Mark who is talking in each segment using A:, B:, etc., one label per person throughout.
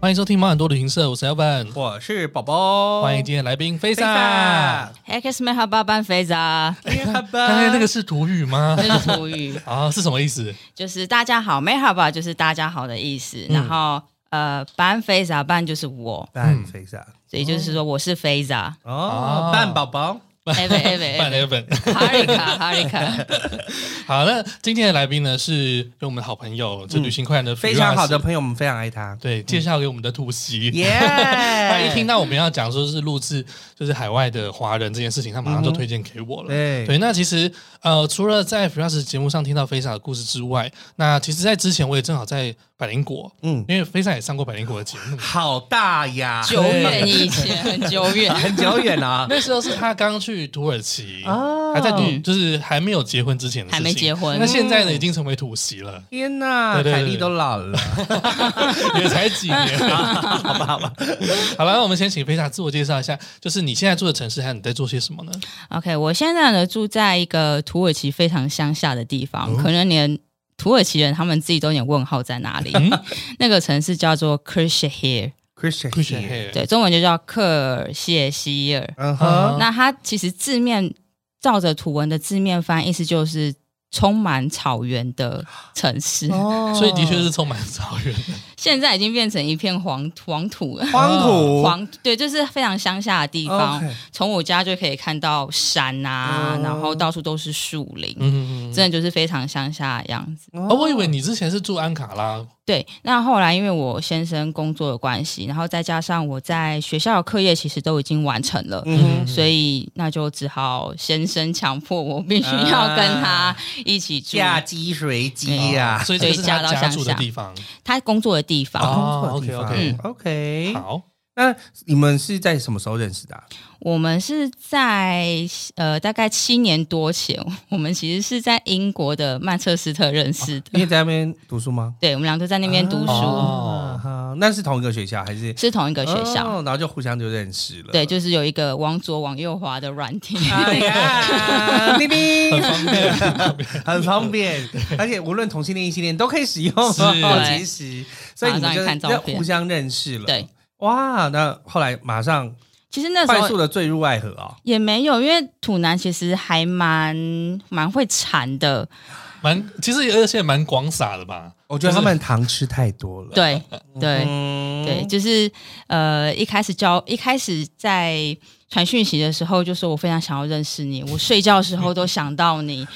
A: 欢迎收听毛很多旅行社，我是 Elvin，
B: 我是宝宝，
A: 欢迎今天来宾飞
B: 飞萨
A: 萨。。
C: X 妹哈巴班肥渣，
B: 刚
A: 刚才哎
B: 嗯
A: 那个是土语吗
B: 哎
C: 这？是土语，
A: 啊，是什么意思？
C: 就是大家好，妹哈巴就是大家好的意思。然后呃，班肥渣班就是我，
B: 半飞萨
C: 所以就是说我是肥渣。
B: 哦，半宝宝，
C: e v e n
B: 哎
C: e v
A: 半
C: e
A: 奶粉。
C: n 哈瑞卡哈瑞 卡，
A: 好，那今天的来宾呢，是给我们的好朋友，这旅行快乐的
B: 嗯非常好的
A: Firas，
B: 朋友，我们非常 爱他。
A: 对介绍给我们的吐息。
B: 耶！
A: 他
B: 哎
A: 一听到我们要讲说是录制就是海外的华人这件事情，他马上就推荐给我了。
B: 嗯对
A: 对，那其实呃，除了在 Firas 节目上听到菲萨的故事之外，那其实在之前我也正好在百灵果，
B: 嗯，
A: 因为菲萨也上过百灵果的节 目，
B: 好大呀，
C: 久远以前，很久 远。
B: 很久远 啊。
A: 那时候是他刚去土耳其，
B: 哦，
A: 还在土，
C: 嗯
A: 就是还没有结婚之前的事情。
C: 还没结婚
A: 那现在呢，已经成为土席了
B: 天哪，
A: 对对对
B: 凯莉都老了，
A: 也才几年。
B: 好吧好吧。
A: 好了，那我们先请菲萨自我介绍一下，就是你现在住的城市，还有你在做些什么呢？
C: OK，我现在呢住在一个土耳其非常乡下的地方，可能连土耳其人他们自己都有点问号在哪里。那个城市叫做 k r s h e h i r
A: Christian
B: Christian，
A: Hair，
C: 对，中文就叫克尔谢希尔。
B: 嗯哼，
C: 那它其实字面照着图文的字面翻，意思就是充满草原的城市。
B: 哦
A: 嗯所以的确是充满草原。
C: 现在已经变成一片黄黄土了。
B: 荒土，
C: 黄对，就是非常乡下的地方
B: 哦 OK。
C: 从我家就可以看到山啊，
B: 哦
C: 然后到处都是树林，
A: 嗯，
C: 真的就是非常乡下的样子。
A: 哦，我以为你之前是住安卡拉，
C: 对，那后来因为我先生工作的关系，然后再加上我在学校的课业其实都已经完成了，
B: 嗯
C: 所以那就只好先生强迫我必须
B: 啊
C: 要跟他一起住
B: 嫁鸡随鸡呀，
A: 哦所以这个是他
C: 对嫁到
A: 家
C: 乡
A: 住的
C: 下
A: 地方。
C: 他工作的地方。
A: 哦
B: 工作的
A: OK，OK
B: 地方
C: 嗯
B: OK。
A: 好，
B: 那你们是在什么时候认识的啊？
C: 我们是在呃大概七年多前，我们其实是在英国的曼彻斯特认识的。
B: 你也在那边读书吗？
C: 对，我们俩都在那边读书，
A: 哦
B: 啊，那是同一个学校还是
C: 是同一个学校。
B: 哦然后就互相就认识了。
C: 对，就是有一个往左往右滑的软体。
B: 哎 呀，叮叮，
A: 方便。
B: 很方便，而且无论同性恋、异性恋都可以使用哦。
A: 是
B: 其实，所以你们
C: 马上看
B: 就
C: 照
B: 就
C: 片
B: 互相认识了。
C: 对，
B: 哇，那后来马上
C: 其实那时
B: 快速
C: 候
B: 的坠入爱河啊、
C: 也没有，因为土男其实还蛮蛮会缠的。
A: 蛮其实也而且蛮广撒的 吧？
B: 我觉得他们糖吃太多了。
C: 对对，
B: 嗯
C: 对，就是呃，一开始交，一开始在传讯息的时候，就说我非常想要认识你，我睡觉的时候都想到你。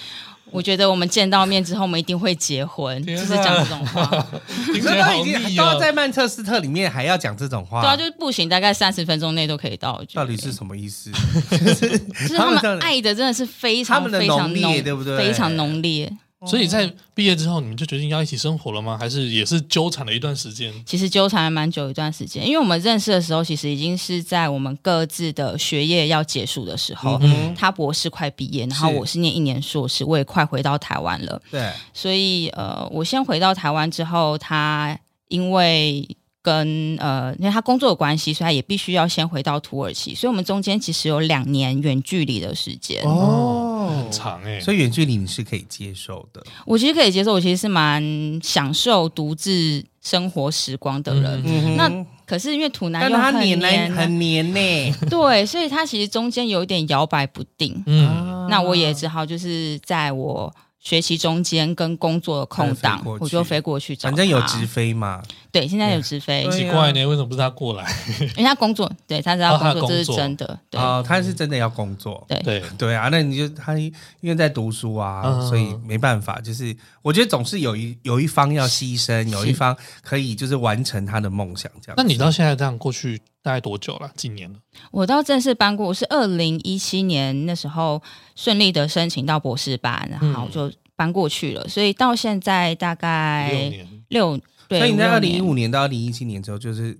C: 我觉得我们见到面之后，我们一定会结婚，就
A: 天
C: 是
A: 哪
C: 讲这种话。
A: 听起
B: 可是
A: 来
B: 他
A: 好
B: 已经
A: 腻
B: 都要
A: 哦。
B: 在曼彻斯特里面还要讲这种话，
C: 对啊，就是步行大概三十分钟内都可以到。我觉
B: 到
C: 得
B: 底是什么意 思？
C: 就是
B: 他
C: 他
B: 们
C: 们爱的真的是非
B: 他
C: 常
B: 们的
C: 非常
B: 浓烈
C: 浓，
B: 对不对
C: 非常浓烈。
A: 所以在毕业之后，你们就决定要一起生活了吗？还是也是纠缠了一段时间？
C: 其实纠缠了蛮久一段时间，因为我们认识的时候，其实已经是在我们各自的学业要结束的时候。
B: 嗯哼，
C: 他博士快毕业，然后
B: 是
C: 我是念一年硕士，我也快回到台湾了。
B: 对，
C: 所以呃，我先回到台湾之后，他因为跟呃，因为他工作的关系，所以他也必须要先回到土耳其，所以我们中间其实有两年远距离的时间。
B: 哦，
A: 很长哎、
B: 所以远距离你是可以接受的，
C: 我其实可以接受，我其实是蛮享受独自生活时光的人。
A: 嗯
B: 哼
C: 那可是因为土
B: 但
C: 男又
B: 他
C: 很
B: 黏来
C: 黏，啊
B: 很黏呢、
C: 对，所以他其实中间有一点摇摆不定。
A: 嗯，
B: 啊
C: 那我啊也只好就是在我学习中间跟工作的空
B: 飞
C: 档
B: 过，去
C: 我就飞过去找
B: 反正有
C: 他
B: 直飞嘛，
C: 对，现在有直飞，
B: 对啊
A: 奇怪呢，为什么不是他过来？
C: 因为他工作，对，他是要
A: 哦他
C: 工作，这
A: 工作
C: 是真的，对，
B: 哦，他是真的要工作。
C: 对
A: 对，
B: 对啊，那你就他因为在读书啊，
A: 嗯
B: 所以没办法，就是我觉得总是有一有一方要牺牲，有一方可以就是完成他的梦想这样。
A: 那你到现在这样过去大概多久了？几年了？
C: 我到正式搬过，我是二零一七年那时候顺利的申请到博士班，
B: 嗯
C: 然后就搬过去了，所以到现在大概
A: 六年。
C: 六，对，
B: 所以你在
C: 五
B: 二
C: 六
B: 零
C: 年
B: 一五年到二零一七年之后，就是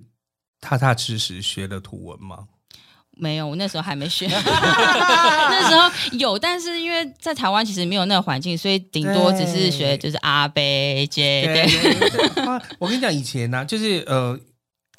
B: 踏踏实实学了图文嘛。
C: 没有，我那时候还没 学， 那时候有，但是因为在台湾其实没有那个环境，所以顶多只是学就是阿贝 J 对，
B: 对对啊我跟你讲，以前呢、就是呃，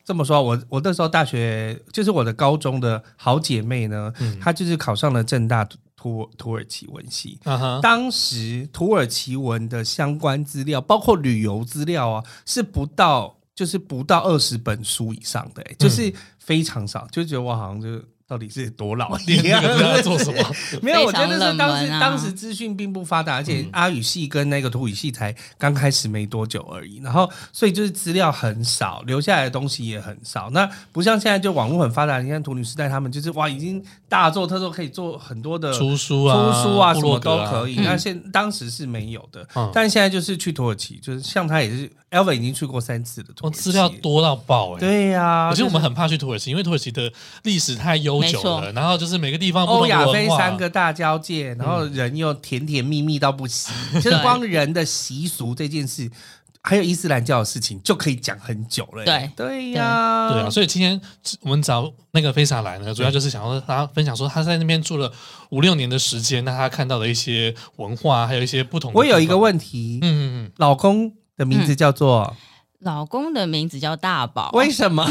B: 这么说，我我那时候大学，就是我的高中的好姐妹呢，
A: 嗯
B: 她就是考上了正大土土土耳其文系。
A: 啊哈，
B: 当时土耳其文的相关资料，包括旅游资料啊，是不到就是不到二十本书以上的、欸就是非常少，就觉得我好像就到底是多老一
A: 练
B: 样
A: 那个不知道在做什 么？
B: 没有，我觉得
C: 非常
B: 是
C: 冷
B: 当时
C: 门啊
B: 当时资讯并不发达，而且
A: 嗯
B: 阿语系跟那个土语系才刚开始没多久而已。然后，所以就是资料很少，留下来的东西也很少。那不像现在就网络很发达，你看土女时代他们就是哇，已经大做特做，可以做很多的
A: 出书啊，
B: 出书啊，
A: 部
B: 什
A: 落
B: 么
A: 格
B: 都
A: 啊
B: 可以。
C: 嗯
B: 那现当时是没有的
A: 嗯，
B: 但现在就是去土耳其，就是像他也是 Elvin 已经去过三次的土
A: 哦，
B: 耳其，
A: 资料多到爆哎、欸。
B: 对呀，
A: 我觉
B: 就
A: 得
B: 是
A: 我们很怕去土耳其，因为土耳其的历史太悠久了，
C: 没
A: 然后就是每个地方不
B: 欧
A: 同的
B: 亚
A: 文
B: 非
A: 化。
B: 三个大交界，然后人又甜甜蜜蜜到不 行，就是
C: 嗯对
B: 光人的习俗这件事，还有伊斯兰教的事情，就可以讲很久了。
C: 对
B: 对呀，
A: 对啊，所以今天我们找那个飞莎来呢，主要就是想要让他分享说他在那边住了五六年的时间，那他看到的一些文化，还有一些不同的。
B: 我有一个，问题，
A: 嗯嗯
B: 老公的名字叫做
C: 嗯老公的名字叫大宝，
B: 为什么？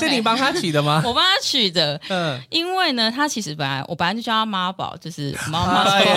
B: 是你帮他取的吗？
C: 我帮他取的。
B: 嗯，
C: 因为呢，他其实本来我本来就叫他妈宝，就是妈妈
B: 哎呀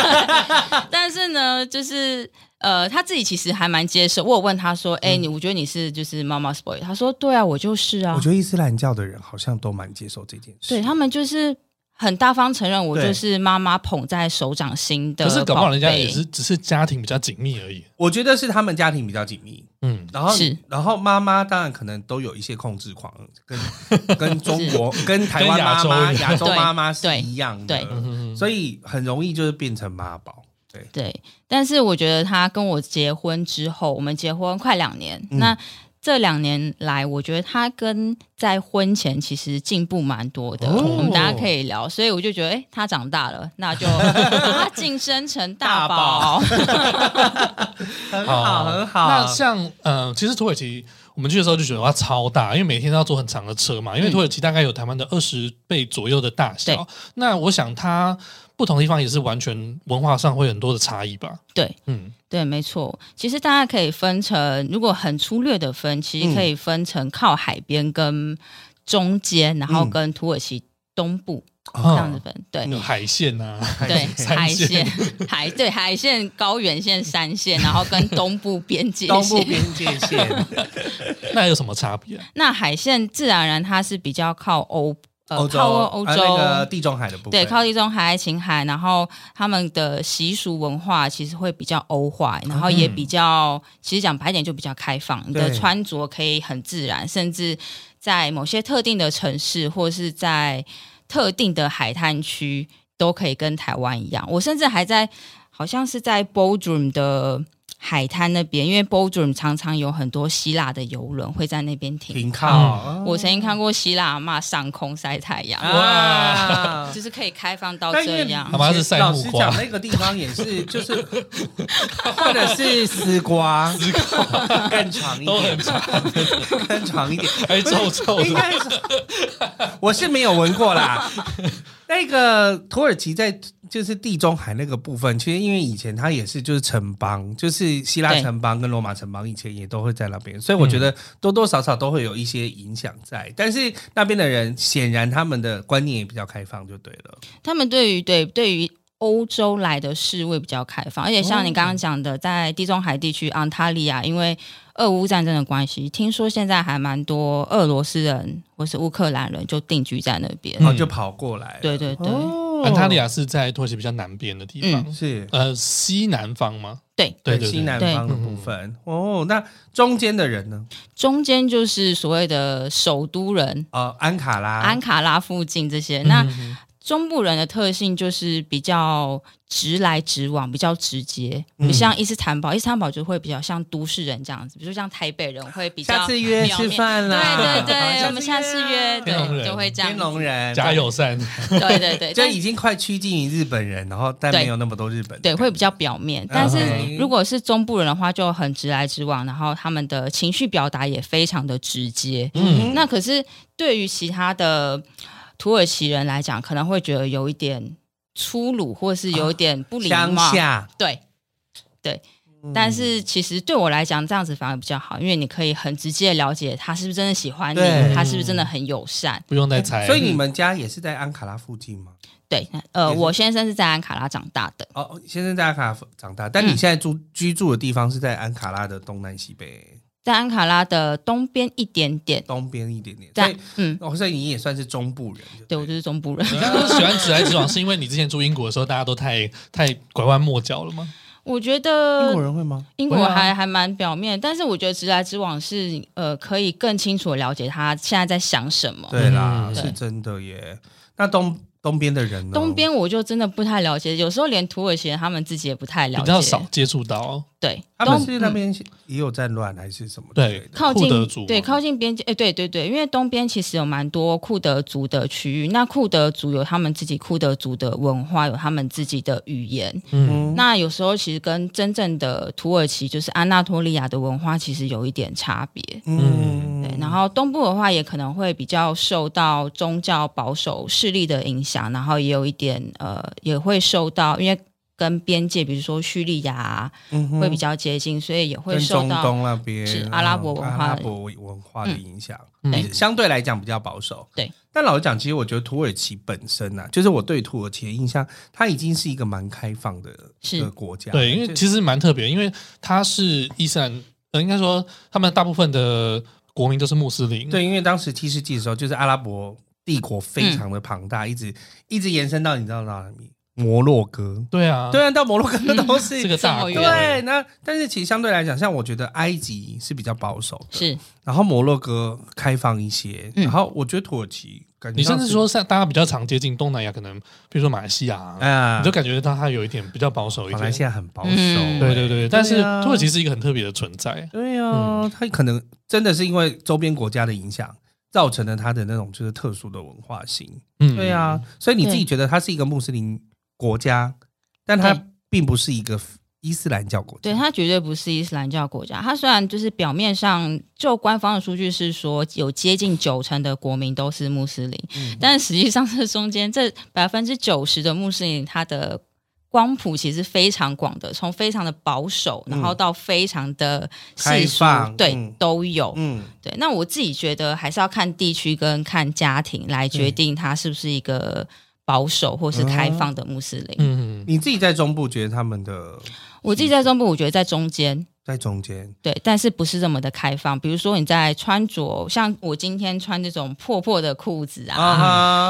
C: 但是呢，就是呃，他自己其实还蛮接受。我有问他说：“哎、你我觉得你是就是妈妈 boy？” 他说：“对啊，我就是啊
B: 嗯我。觉得伊斯兰教的人好像都蛮接受这件”事。
C: 对他们就是很大方承认我
B: 对
C: 就是妈妈捧在手掌心的
A: 可
C: 宝贝。
A: 是搞不好人家也是只是家庭比较紧密而已。
B: 我觉得是他们家庭比较紧密，
A: 嗯，
B: 然后
C: 是，
B: 然后妈妈当然可能都有一些控制狂， 跟跟中国、跟台湾妈妈、
A: 跟
B: 亚
A: 亚
B: 洲
C: 洲人
B: 妈妈是
C: 对
B: 一样
C: 对
A: 嗯
B: 的，
A: 嗯嗯
B: 所以很容易就是变成妈宝。对，
C: 对，但是我觉得他跟我结婚之后，我们结婚快两年，
B: 嗯
C: 那这两年来，我觉得他跟在婚前其实进步蛮多的，
B: 哦
C: 我们大家可以聊。所以我就觉得，哎、他长大了，那就 他晋升成大宝。
B: 很
A: 好
B: 好，很好。
A: 哦那像嗯、呃其实土耳其我们去的时候就觉得哇超大，因为每天都要坐很长的车嘛，因为土耳其大概有台湾的二十倍左右的大小。
C: 对
A: 那我想它不同地方也是完全文化上会有很多的差异吧。
C: 对，
A: 嗯，
C: 对，没错。其实大家可以分成，如果很粗略的分，其
B: 嗯
C: 实可以分成靠海边跟中间，然
B: 嗯
C: 后跟土耳其东部、
B: 哦
C: 这样子分。对，
A: 有海线啊，
C: 对
A: 三
C: 海
A: 线
C: 线、 海对海线、高原线、山线，然后跟东部边界
B: 东部
C: 线。
B: 边界线，
A: 那有什么差别？
C: 那海线自然而然它是比较靠欧呃
B: 欧洲，
C: 靠欧
B: 啊
C: 洲、
B: 那个地中海的部分，
C: 对靠地中海、琴海，然后他们的习俗文化其实会比较欧化，然后也比较、其实讲白点就比较开放，你的
B: 嗯对
C: 穿着可以很自然，甚至在某些特定的城市或是在特定的海滩区都可以跟台湾一样。我甚至还在好像是在 Bodrum 的。海滩那边，因为 Bodrum 常常有很多希腊的游轮会在那边停。
B: 停靠。
C: 我曾经看过希腊阿嬷上空晒太阳，
B: 嗯哇
C: 就是可以开放到
B: 啊但因
C: 这
B: 为
C: 样
A: 好。吧是晒木瓜
B: 老实讲，那个地方也是，就是 或者是丝瓜，丝瓜 更长一点，
A: 都很长，
B: 更长一点。
A: 还臭臭
B: 应
A: 的。
B: 该是，我是没有闻过 啦。那个土耳其在就是地中海那个部分，其实因为以前它也是就是城邦，就是希腊
C: 对
B: 城邦跟罗马城邦以前也都会在那边，所以我觉
A: 嗯
B: 得多多少少都会有一些影响在。但是那边的人显然他们的观念也比较开放，就对了。
C: 他们对于对对于欧洲来的事会比较开放，而且像你
B: 哦
C: 刚刚讲的，在地中海地区安塔利亚，因为俄乌战争的关系，听说现在还蛮多俄罗斯人或是乌克兰人就定居在那边。
A: 嗯
B: 然后哦就跑过来了。
C: 对对对、
B: 哦嗯
A: 安塔利亚是在土耳其比较南边的地方，
B: 是
A: 呃，西南方吗？
C: 对，
A: 对对对，嗯
B: 西南方的部分。哦，那中间的人呢？
C: 中间就是所谓的首都人。
B: 呃，安卡拉，
C: 安卡拉附近这些，那
A: 嗯嗯嗯
C: 中部人的特性就是比较直来直往，比较直接，
B: 嗯
C: 不像伊斯坦堡，伊斯坦堡就会比较像都市人这样子，比如说像台北人会比较
B: 下次约吃饭啦，
C: 对对
B: 啊好
C: 对，我们下次约，
A: 天龙
C: 对，
A: 人
C: 就会这样
B: 啊天。龙人
A: 加，油站，
C: 对对对，
B: 就
C: 但
B: 已经快趋近于日本人，然后但
C: 对
B: 没有那么多日本人，
C: 对会比较表面，但是如果是中部人的话，就很直来直往，然后他们的情绪表达也非常的直接。
A: 嗯，
C: 那可是对于其他的土耳其人来讲，可能会觉得有一点粗鲁，或是有一点不礼
B: 乡
C: 貌。
B: 下，
C: 对，
B: 嗯
C: 但是其实对我来讲，这样子反而比较好，因为你可以很直接地了解他是不是真的喜欢
B: 对
C: 你，他是不是真的很友善。
A: 不用再猜。
B: 所以你们家也是在安卡拉附近吗？
C: 对，
B: 也
C: 呃，
B: 是
C: 我先生是在安卡拉长大的，
B: 哦，先生在安卡拉长大，但你
C: 嗯
B: 现在住居住的地方是在安卡拉的东南西北
C: 在安卡拉的东边一点点。
B: 东边一点点，所
C: 在
B: 以
C: 嗯，
B: 哦，所以你也算是中部人，
C: 对我就是中部人。
A: 你刚刚喜欢直来直往，是因为你之前住英国的时候，大家都太太拐弯抹角了吗？
C: 我觉
B: 英
C: 得
B: 国人会吗？
C: 英国
A: 会啊
C: 还、还蛮表面，但是我觉得直来直往是呃，可以更清楚地了解他现在在想什么。
B: 对啦，
A: 嗯
B: 是真的耶。那东东边的人呢？
C: 东边我就真的不太了解，有时候连土耳其人他们自己也不太了解，
A: 比较少。接触到，哦
C: 对，
B: 他们
C: 东
B: 是那
C: 嗯
B: 边也有战乱还是什么之
A: 对
B: 类的？，
C: 靠
A: 库德
C: 近
A: 族
C: 对靠近边界，哎，对对对，因为东边其实有蛮多库德族的区域，那库德族有他们自己库德族的文化，有他们自己的语言，
A: 嗯，
B: 嗯，
C: 那有时候其实跟真正的土耳其就是安纳托利亚的文化其实有一点差别。
A: 嗯
C: 对，然后东部的话也可能会比较受到宗教保守势力的影响，然后也有一点呃，也会受到因为跟边界，比如说叙利亚啊、
B: 后
C: 会比较接近，所以也
B: 嗯
C: 会
B: 跟
C: 受
B: 中
C: 到
B: 东那边
C: 是
B: 嗯
C: 阿拉伯文化
B: 阿拉伯文化的影响，
C: 哎
A: 嗯
B: 嗯相对来讲比较保守。
C: 对，
B: 但老实讲，其实我觉得土耳其本身啊，就是我对土耳其的印象，它已经是一个蛮开放的
C: 是
B: 的国家。
A: 对，因为
B: 就
A: 其实蛮特别，因为他是伊斯兰，呃，应该说他们大部分的国民都是穆斯林，，
B: 对，因为当时 T 世纪的时候，就是阿拉伯帝国非常的庞大，
C: 嗯
B: 一直一直延伸到你知道哪里？摩洛哥。
A: 对啊，嗯
B: 对，啊，到摩洛哥都是、
A: 这个啊大
C: 这么
A: 国，
C: 远
B: 对，那但是其实相对来讲，像我觉得埃及是比较保守的，
C: 是
B: 然后摩洛哥开放一些，
C: 嗯
B: 然后我觉得土耳其感觉
A: 你甚
B: 上
A: 至
B: 是
A: 说像大家比较常接近东南亚，可能比如说马来西亚啊，
B: 啊，
A: 你就感觉到它有一点比较保守一
B: 马来西
A: 点。
B: 亚很保守、
C: 嗯
A: 对对对，但是
B: 对啊
A: 土耳其是一个很特别的存在，
B: 对啊，它可能真的是因为周边国家的影响，造成了它的那种就是特殊的文化性。
A: 嗯，
B: 对啊，，所以你自己
C: 对
B: 觉得它是一个穆斯林国家，但它
C: 对
B: 并不是一个伊斯兰教国家。
C: 对，它绝对不是伊斯兰教国家。它虽然就是表面上，就官方的数据是说有接近九成的国民都是穆斯林，
B: 嗯
C: 但实际上这中间这百分之九十的穆斯林，它的光谱其实非常广的，从非常的保守，然后到非常的
B: 嗯开
C: 世俗，
B: 放
C: 对、
B: 嗯
C: 都有。
B: 嗯，
C: 对，那我自己觉得还是要看地区跟看家庭来决定它是不是一个保守或是开放的穆斯林。
A: 嗯，
B: 你自己在中部觉得他们的
C: 我自己在中部，我觉得在中间。
B: 在中间，
C: 对，但是不是这么的开放。比如说你在穿着，像我今天穿这种破破的裤子啊，
B: 啊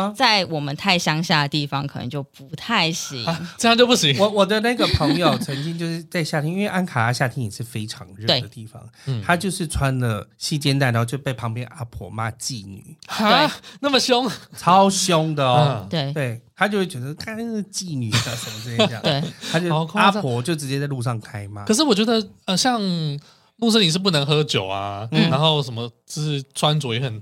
B: 哈。
C: 在我们太乡下的地方可能就不太行。
A: 啊，这样就不行，
B: 我我的那个朋 友曾经就是在夏天，因为安卡拉夏天也是非常热的
C: 对
B: 地方，
A: 嗯
B: 他就是穿了细肩带，然后就被旁边阿婆骂妓女，
A: 哈那么凶，
B: 超凶的哦。
A: 嗯
C: 对
B: 对他就会觉得看那个妓女啊什么之类的这样，
C: 对，
B: 他就
A: 好夸
B: 阿
A: 张
B: 婆就直接在路上开骂
A: 可。是我觉得，呃，像穆斯林是不能喝酒啊，
B: 嗯
A: 然后什么就是穿着也很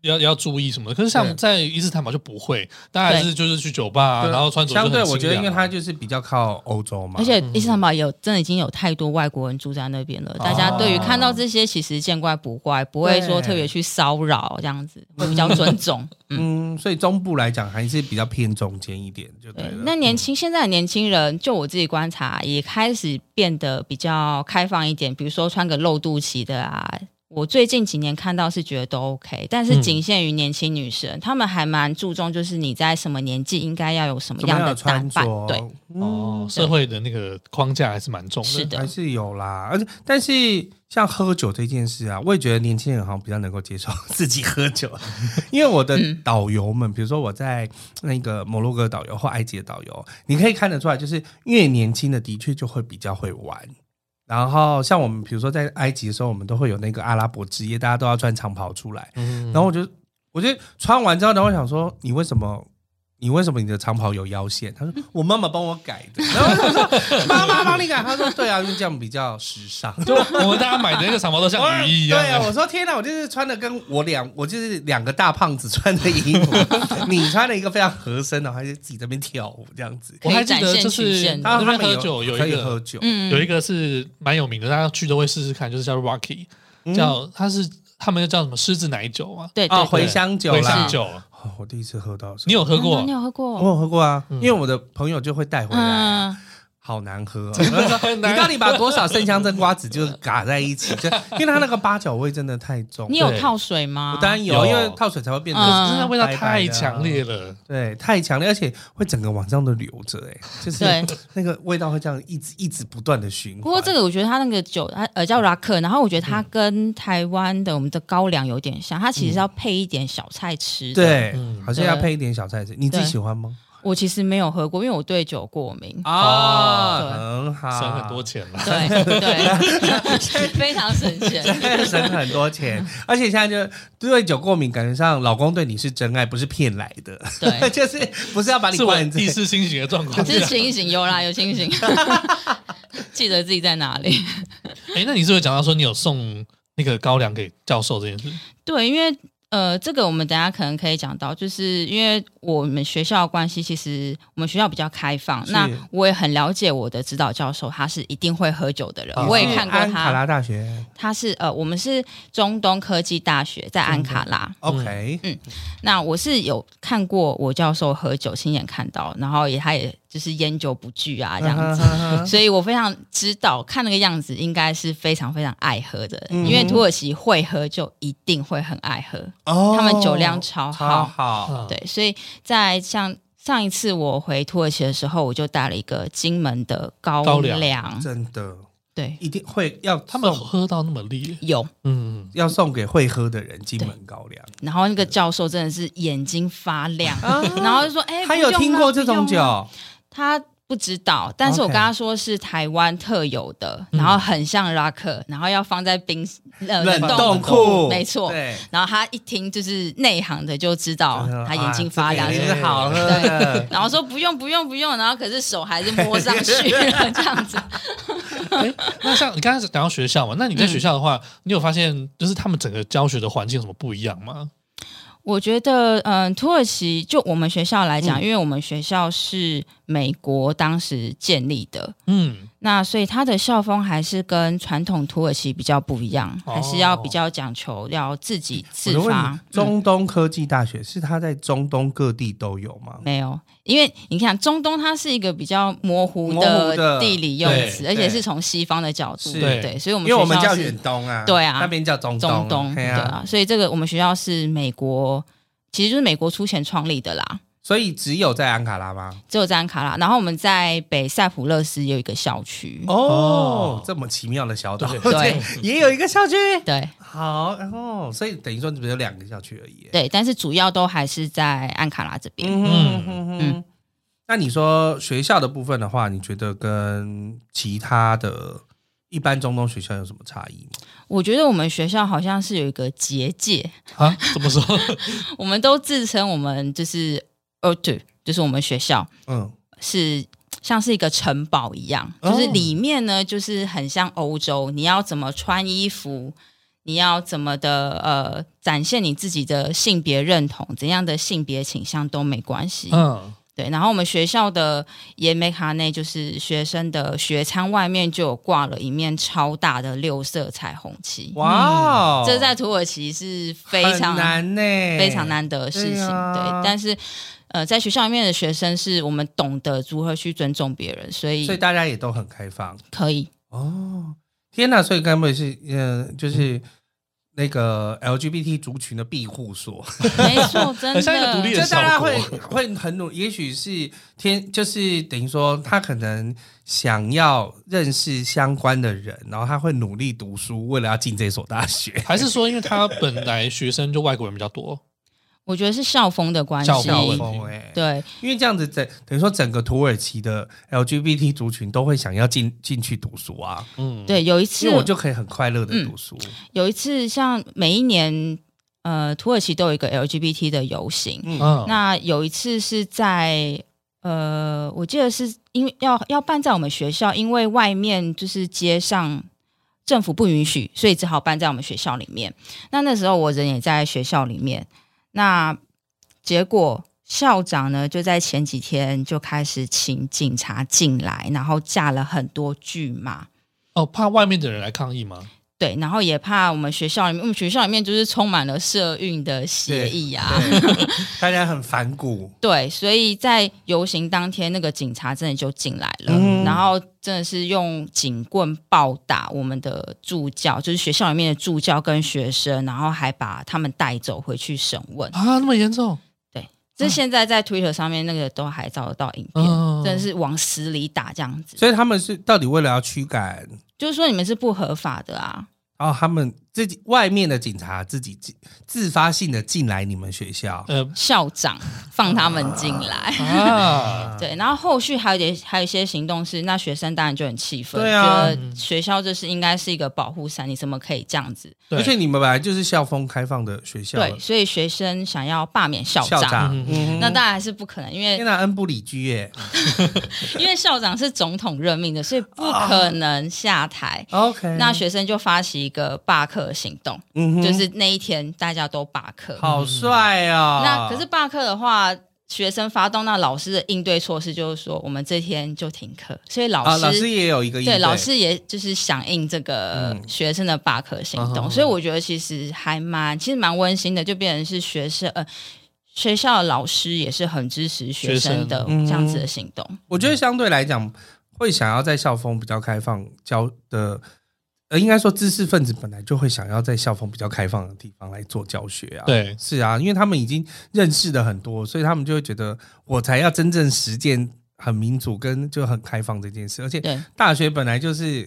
A: 要要注意什么的。可是
B: 对
A: 像在伊斯坦堡就不会，大家还是就是去酒吧、啊，
B: 对
A: 然后穿着就
B: 相
A: 很
B: 对，我觉得因
A: 清
B: 为
A: 凉啊
B: 他就是比较靠欧洲嘛，
C: 而且伊斯坦堡有真的已经有太多外国人住在那边了，大家对于看到这些其实见怪不怪，不会说特别去骚扰这样子，会比较尊重。嗯，
B: 嗯，所以中部来讲还是比较偏中间一点，就对
C: 对
B: 了。。
C: 那年轻现在的年轻人，就我自己观察，也开始变得比较开放一点，比如说穿个露肚脐的啊。我最近几年看到是觉得都 OK，但是
A: 嗯
C: 仅限于年轻女生，她们还蛮注重就是你在什么年纪应该要有什么
B: 怎么
C: 样
B: 样
C: 的
B: 的
C: 打
B: 穿
C: 扮，
B: 着？嗯
C: 对，嗯
A: 哦，社会的那个框架还是蛮重的。
C: 是的
B: 还是有啦，而且但是像喝酒这件事啊，我也觉得年轻人好像比较能够接受自己喝酒，因为我的
C: 嗯
B: 导游们，比如说我在那个摩洛哥导游或埃及的导游，你可以看得出来，就是越年轻的的确就会比较会玩。然后像我们比如说在埃及的时候，我们都会有那个阿拉伯之夜，大家都要穿长袍出来，
A: 嗯
B: 然后我就我就穿完之后呢，我想说，你为什么你为什么你的长袍有腰线？他说我妈妈帮我改 的。然后他说妈妈帮你改，他说对啊，因为这样比较时尚。
A: 就我们大家买的那个长袍都像雨衣一样
B: 对啊，
A: 啊，
B: 我说天哪，我就是穿的跟我两，我就是两个大胖子穿的衣服， 你穿了一个非常合身的，还是自己在那边跳舞这样子。
A: 我还记得就
C: 可以展现曲
A: 是
B: 然
C: 线
A: 嗯那
B: 后他
A: 边
B: 们
A: 喝酒有
B: 可
A: 一
B: 以
A: 个
B: 喝酒，
C: 嗯，
A: 有一个是蛮有名的，大家去都会试试看，就是叫 Rocky，叫
B: 嗯
A: 它是他们叫什么狮子奶酒啊，
C: 对
B: 哦
C: 对
B: 茴
C: 对，
B: 香酒
A: 茴
B: 啦
A: 香酒，
B: 哦我第一次喝到的时候，
A: 你有喝过
C: 嗯你？有喝
B: 我
C: 过？
B: 有喝过啊，
A: 嗯
B: 因为我的朋友就会带回来啊，
C: 嗯，
B: 好难喝 哦。 他说你到底把多少生姜蒸瓜子就嘎在一起，就因为它那个八角味真的太重。
C: 你有
A: 对
C: 套水吗
B: 我？当然有，
A: 有
B: 啊因为泡水才会变
C: 嗯
B: 成
A: 真的味道
B: 白白的啊
A: 太强烈了，
B: 对，太强烈，而且会整个晚上都留着，哎，就是
C: 对
B: 那个味道会这样一直一直不断的循环。
C: 不过这个我觉得它那个酒，它呃叫拉克，然后我觉得它跟台湾的我们的高粱有点像，它其实是要配一点小菜吃的。
B: 对
A: 嗯，
B: 好像要
C: 对
B: 配一点小菜吃，你自己
C: 对
B: 喜欢吗？
C: 我其实没有喝过，因为我对酒过敏。
B: 啊，
C: 哦对
B: 很好，
A: 省很多 钱了。
C: 对对， 非常省 钱。
B: 省很多钱，而且现在就对酒过敏，感觉上老公对你是真爱，不是骗来的，
C: 对
B: 就是不是要把你
A: 是我
B: 灌
A: 意
B: 醉。
A: 识清醒的状 况
C: 是
A: 下。
C: 清醒有啦，有 清醒，记得自己在哪里。
A: 哎，那你是不是讲到说你有送那个高粱给教授这件事？
C: 对，因为呃，这个我们等一下可能可以讲到，就是因为我们学校的关系，其实我们学校比较开放。
B: 是
C: 那我也很了解我的指导教授，他是一定会喝酒的人，
A: 哦
C: 我也看过
B: 安卡
C: 他。
B: 拉大学
C: 他是呃，我们是中东科技大学在安卡拉。
B: ，OK，
C: 那我是有看过我教授喝酒，亲眼看到，然后也他也就是烟酒不惧
B: 嗯
C: 啊这样子。
B: 子，
C: 所以我非常知道，看那个样子应该是非常非常爱喝的人，
B: 嗯
C: 因为土耳其会喝就一定会很爱喝，
B: 哦
C: 他们酒量超
B: 超
C: 好。
B: 好，
A: 啊，
C: 对，所以在像上一次我回土耳其的时候，我就带了一个金门的高
A: 高
C: 粱，
A: 粱
B: 真的
C: 对，
B: 一定会要
A: 他们
B: 送
A: 喝到那么烈，
C: 有。
A: 嗯，
B: 要送给会喝的人金门高粱。
C: 然后那个教授真的是眼睛发亮， 然后就说：“哎、
B: 啊他有
C: 不用啦
B: 听过这种？
C: 不用啦
B: 酒，
C: 他不知道，但是我
B: OK
C: 跟他说是台湾特有的，然后很像 rock，然后要放在冰呃
B: 嗯冷冻
C: 冻
B: 库，
C: 没错。
B: 对，
C: 然后他一听就是内行的就知道
B: 嗯，
C: 他眼睛发亮
B: 啊
A: 这
B: 这
A: 个
B: 个
A: 也
B: 也是好喝的。
C: 然后说不用不用不用，然后可是手还是摸上 去了这样子。
A: 哎，那像你刚才讲到学校嘛，那你在学校的
C: 嗯
A: 话，你有发现就是他们整个教学的环境有什么不一样吗？
C: 我觉得，嗯，土耳其就我们学校来
B: 嗯
C: 讲，因为我们学校是美国当时建立的，
A: 嗯，
C: 那所以它的校风还是跟传统土耳其比较不一样，
A: 哦
C: 还是要比较讲求要自己
B: 我
C: 自
B: 就问
C: 发嗯
B: 你。，中东科技大学是他在中东各地都有吗？
C: 嗯没有，因为你看中东它是一个比较模糊
B: 模糊的
C: 的地理用词，
B: 对
C: 而且是从西方的角度，
B: 是
C: 对所以我
B: 因
C: 们
B: 为我
C: 学
B: 们
C: 校
B: 叫
C: 是
B: 远东啊，
C: 对啊
B: 那边叫中
C: 中
B: 东
C: 东，
B: 啊，
C: 对
B: 嘿啊，
C: 啊，所以这个我们学校是美国，其实就是美国出钱创立的啦，
B: 所以只有在安卡拉吗？
C: 只有在安卡拉，然后我们在北塞浦勒斯也有一个校区，
B: 哦
A: 哦，
B: 这么奇妙的小岛，
C: 对，
B: 也有一个校区，
C: 对
B: 好，然后所以等于说只有两个校区而已。
C: 对，但是主要都还是在安卡拉这边。
B: 嗯哼
A: 嗯
B: 哼哼
C: 嗯，
B: 那你说学校的部分的话，你觉得跟其他的一般中东学校有什么差异吗？
C: 我觉得我们学校好像是有一个结界，
A: 啊，怎么说？
C: 我们都自称我们就是 o t 就是我们学校
B: 嗯，
C: 是像是一个城堡一样，
B: 哦
C: 就是里面呢就是很像欧洲，你要怎么穿衣服，你要怎么的呃展现你自己的性别认同，怎样的性别倾向都没关系。
A: 嗯，
C: 对，然后我们学校的耶梅卡内就是学生的学餐外面就有挂了一面超大的六色彩虹旗，
B: 哇哦，
C: 这在土耳其是非常
B: 很难呢，
C: 非常难得的事情。
B: 对啊
C: 对，但是呃，在学校里面的学生是我们懂得如何去尊重别人，所以
B: 所以大家也都很开放
C: 可以
B: 哦。天呐，所以该不会是嗯、呃就是那个 LGBT 族群的庇护所？
C: 没错，真
A: 很像一个独立呃的
B: 就
C: 的。
A: 小
B: 大
A: 国
B: 家会会很努，也许是天，就是等于说他可能想要认识相关的人，然后他会努力读书，为了要进这所 大学。
A: 还是说因为他本来学生就外国人比较多，
C: 我觉得是校风的关系
A: 校。
B: 校
A: 风
B: 风哎，
C: 对
B: 因为这样子整等于说整个土耳其的 LGBT 族群都会想要进进去读书啊，
A: 嗯，
C: 对，有一次
B: 因为我就可以很快乐的读书。
C: 有一次，像每一年呃土耳其都有一个 LGBT 的游行。
B: 嗯
A: 嗯，
C: 那有一次是在呃，我记得是因为要要办在我们学校，因为外面就是街上政府不允许，所以只好办在我们学校里面。那那时候我人也在学校里面，那结果。校长呢，就在前几天就开始请警察进来，然后架了很多巨马，
A: 哦，怕外面的人来抗议吗？
C: 对，然后也怕我们学校里面，我们学校里面就是充满了社运的协议啊，
B: 对大家很反骨，
C: 对，所以在游行当天，那个警察真的就进来了，
B: 嗯
C: 然后真的是用警棍暴打我们的助教，就是学校里面的助教跟学生，然后还把他们带走回去审问。
A: 啊，那么严重？
C: 这
B: 嗯
C: 现在在 Twitter 上面那个都还找得到影片，
A: 嗯，
C: 真的是往死里打这样子。
B: 所以他们是到底为了要驱赶，
C: 就是说你们是不合法的啊，
B: 然后他们自己外面的警察自己进自发性的进来你们学校，
A: 呃
C: 校长放他们进来。
A: 啊，
C: 对，然后后续还有点，还有一些行动是，那学生当然就很气愤，
B: 对啊
C: 觉得学校这是应该是一个保护伞，你怎么可以这样子？
B: 而且
A: 对，
B: 你们本来就是校风开放的学校了
C: 对，，所以学生想要罢免校
B: 校
C: 长，
B: 长，
A: 嗯
B: 嗯
C: 那当然还是不可能，因
B: 天
C: 为
B: 哪，恩不理居耶
C: 因为校长是总统任命的，所以不可能下台。
B: ，OK，
C: 那学生就发起一个罢课行动，
B: 嗯哼
C: 就是那一天大家都罢课。
B: 好帅哦，
C: 那可是罢课的话，学生发动，那老师的应对措施就是说，我们这天就停课，所以老
B: 啊，
C: 师、
B: 老师也有一个应
C: 对老师也就是响应这个
B: 嗯
C: 学生的罢课行动，
A: 啊
C: 所以我觉得其实还蛮其实蛮温馨的，就变成是学生呃学校的老师也是很支持学生的
A: 学
B: 生嗯
C: 这样子的行动。
B: 我觉得相对来讲，会想要在校风比较开放教的，呃，应该说知识分子本来就会想要在校风比较开放的地方来做教学啊。，
A: 对，
B: 是啊，因为他们已经认识的很多，所以他们就会觉得我才要真正实践很民主跟就很开放这件事，而且
C: 对
B: 大学本来就是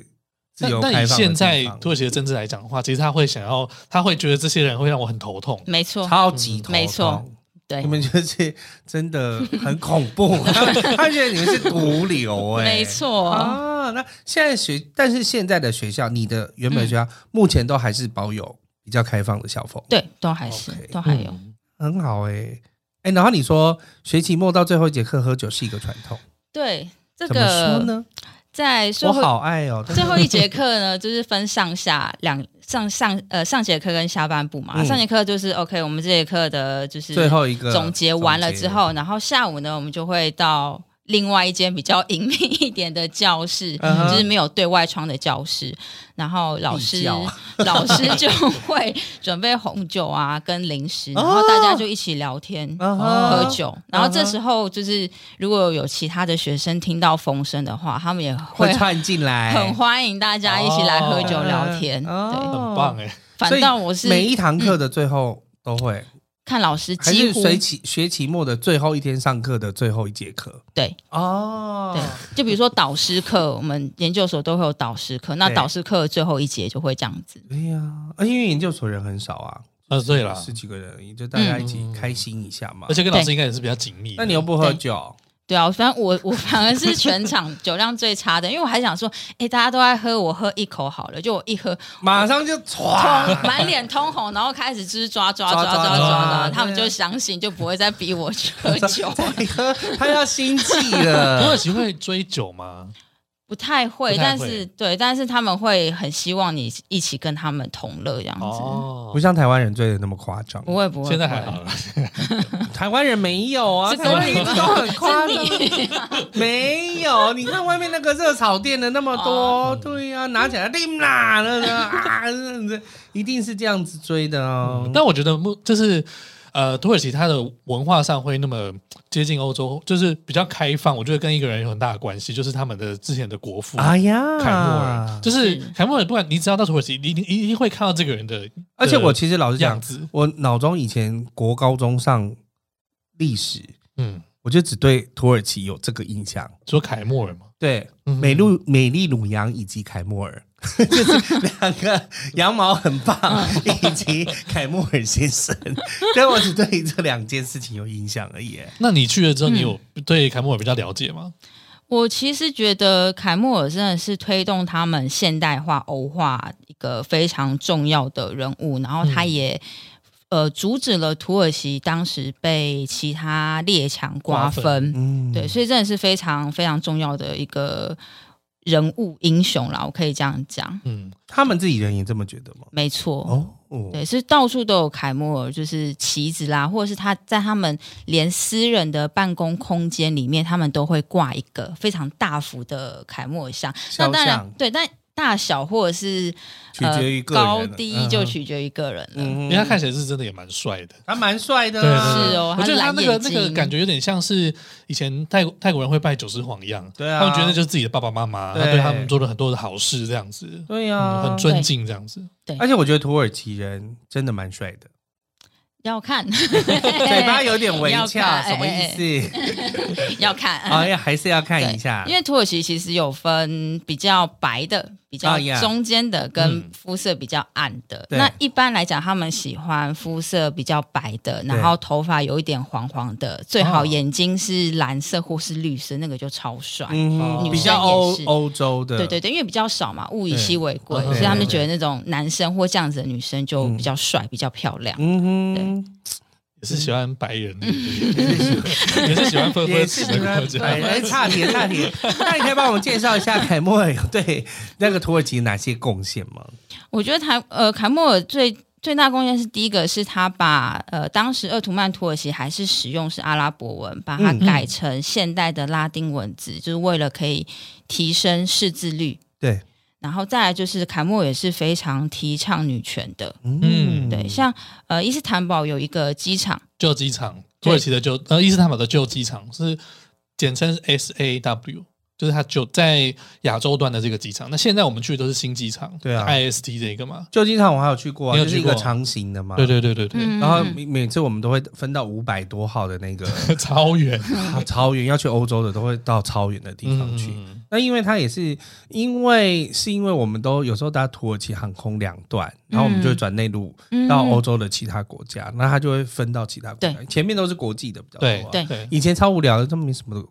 B: 自
A: 但
B: 由
A: 但
B: 开
A: 以
B: 放的
A: 现
B: 地
A: 在
B: 方
A: 土耳其的政治来讲的话，其实他会想要，他会觉得这些人会让我很头痛。
C: 没错，
B: 超级头痛
C: 嗯没错。对
B: 你，们就是真的很恐怖， 他觉得你们是毒瘤哎、
C: 没错。
B: 啊，那现在学，但是现在的学校，你的原本的学校、目前都还是保有比较开放的校风，
C: 对，都还是
B: OK，
C: 都还有，
A: 嗯
B: 很好哎、欸、哎、然后你说学期末到最后一节课喝酒是一个传统，
C: 对这
B: 怎么说
C: 个
B: 呢？
C: 在最
B: 我
C: 后
B: 好爱哦，但
C: 最后一节课呢，就是分上下两上上呃上节课跟下半部嘛。
B: 嗯
C: 上节课就是 OK，我们这节课的就是
B: 最后一个
C: 总结完了之后，然后下午呢，我们就会到另外一间比较隐秘一点的教室，
B: 嗯哼
C: 就是没有对外窗的教室。然后老
B: 地
C: 师
B: 窖
C: 老师就会准备红酒啊跟零
B: 哦
C: 食，然后大家就一起聊天。
B: 啊
C: 喝
B: 哈
C: 酒，然后这时候就是如果有其他的学生听到风声的话，他们也会
B: 会窜进来，
C: 很欢迎大家一起来喝酒聊天。
B: 哦
C: 对，
A: 很棒哎、
B: 所
C: 反
B: 以
C: 倒我是
B: 每一堂课的最后都会，
C: 看老师
B: 还
C: 几
B: 是
C: 乎
B: 学期学期末的最后一天上课的最后一节课
C: 对
B: 哦
C: 对，就比如说导师课，我们研究所都会有导师课，那
B: 对
C: 导师课最后一节就会这样子。
B: 对呀、啊，因为研究所人很少啊，
A: 啊，对啦，嗯
B: 十几个人而已，就大家一起开心一下嘛。
A: 而且跟老师应该也是比较紧密。
B: 那你又不喝酒，
C: 对啊，反正我我反而是全场酒量最差的，因为我还想说，哎，大家都在喝，我喝一口好了，就我一喝，
B: 马上就
C: 通
B: 唰，
C: 满脸通红，然后开始就是抓抓
B: 抓
C: 抓
B: 抓
C: 抓抓抓，
B: 抓
C: 他们
B: 对啊
C: 就相信，就不会再逼我去 喝酒。
B: 再喝，他要心悸
A: 土耳
B: 了。
A: 其会追酒吗？
C: 不太会，
A: 不太
C: 但
A: 会
C: 是对，但是他们会很希望你一起跟他们同乐这样子。
A: 哦
B: 不，像台湾人醉的那么夸张，
C: 不会不会，
A: 现在
C: 不会
A: 还好了。
B: 台湾人没有啊，
C: 是
B: 台湾人一直都很夸张，啊
C: 是你
B: 没有。你看外面那个热炒店的那么多，
A: 哦
B: 对呀、啊，拿起来拎啦，那个啊，这一定是这样子追的哦。
A: 但我觉得目就是呃，土耳其它的文化上会那么接近欧洲，就是比较开放。我觉得跟一个人有很大的关系，就是他们的之前的国父。
B: 哎呀，
A: 凯末尔就是
C: 是
A: 凯末尔，不管你只要到土耳其，你一定一定会看到这个人的
B: 而且我其实老实讲
A: 样，子。
B: 我脑中以前国高中上历史，
A: 嗯，
B: 我就只对土耳其有这个印象。
A: 说凯末尔嘛，
B: 对，
A: 嗯
B: 美露、美丽鲁扬以及凯莫尔， 就是两个羊毛很棒，
C: 嗯
B: 以及凯莫尔先生。 但我只对这两件事情有印象而已。
A: 那你去了之后，你有对凯末尔比较了解吗？
C: 我其实觉得凯莫尔真的是推动他们现代化、欧化一个非常重要的人物，然后他也、呃阻止了土耳其当时被其他列强瓜
A: 瓜
C: 分。
A: 分
B: 嗯，
C: 对，所以真的是非常非常重要的一个人物英雄啦，我可以这样讲，
A: 嗯，
B: 他们自己人也这么觉得吗？
C: 没错。
B: 哦，
C: 对，是到处都有凯莫尔，就是旗子啦，或者是他在他们连私人的办公空间里面，他们都会挂一个非常大幅的凯莫尔像。那
B: 肖
C: 当然
B: 像，
C: 对，但大小或者是呃
B: 取决于个人
C: 高
B: 了
C: 低就，取决于个人了。
B: 嗯哼，
A: 因
B: 嗯
A: 为他
B: 哼
A: 看起来是真的也蛮帅的。
B: 他蛮帅的
A: 对，
B: 啊，
C: 是哦
A: 我觉得他那个
C: 他是蓝眼
A: 那
C: 睛
A: 个感觉有点像是以前泰国泰国人会拜九十皇一样，
B: 对啊
A: 他们觉得那就是自己的爸爸妈妈，
B: 对
A: 他对他们做了很多的好事，这样子，嗯
B: 对呀，
A: 很尊敬这样子。
B: 而且我觉得土耳其人真的蛮帅 的，
C: 要看，
B: 嘴
C: 嘴
B: 巴有点微
C: 要
B: 翘，
C: 看
B: 什么意思？
C: 要看。
B: 哎呀，还是要看一下，
C: 对因为土耳其其实有分比较白的、比较
B: 啊呀
C: 中间的，跟
A: 嗯
C: 肤色比较暗的。
B: 对
C: 那一般来讲，他们喜欢肤色比较白的，然后头发有一点黄黄的，最好
B: 哦
C: 眼睛是蓝色或是绿色，那个就超帅。
B: 嗯
A: 女
B: 哼，
A: 生
B: 比较
C: 也
B: 欧
C: 是
B: 欧洲的，
C: 对对对，因为比较少嘛，物以稀为贵，
A: 对
C: 所以他们就
B: 嗯对
C: 觉得那种男生或这样子的女生就比较帅、比较漂亮。
B: 嗯哼，
A: 也是喜欢白人，也是喜欢分
B: 也
A: 分
B: 是
A: 歧
B: 比
A: 的
B: 较
A: 国家。
B: 哎， 哎差点差点。那你可以帮我们介绍一下凯莫尔有对那个土耳其哪些贡献吗？
C: 我觉得台呃凯莫尔最最大贡献是第一个是他把呃当时鄂图曼土耳其还是使用是阿拉伯文，把它
B: 嗯
C: 改成现代的拉丁文字，就是为了可以提升识字率。
B: 对，
C: 然后再来就是凯莫尔也是非常提倡女权的，
A: 嗯
C: 对，像呃伊斯坦堡有一个机场，
A: 旧机场，土耳其的旧呃伊斯坦堡的旧机场是简称 S A W，就是它就在亚洲端的这个机场。那现在我们去的都是新机场，
B: 对啊
A: ，I S T 这个嘛，
B: 旧金山我还有去过啊，
A: 你有
B: 就是一
A: 去过
B: 个长形的嘛，
A: 对。对对对对，
C: 嗯
B: 然后
C: 嗯
B: 每每次我们都会分到五百多号的 那个
A: 超远
B: 啊超远，要去欧洲的都会到超远的地方去。
A: 嗯
B: 那因为它也是因为是因为我们都有时候搭土耳其航空两段，然后我们就会转内陆
C: 嗯
B: 到欧洲的其他国家，那它就会分到其他国家。
C: 对
B: 前面都是国际的比较多、
A: 对
B: 啊。
C: 对
A: 对，
B: 以前超无聊的，都没什么。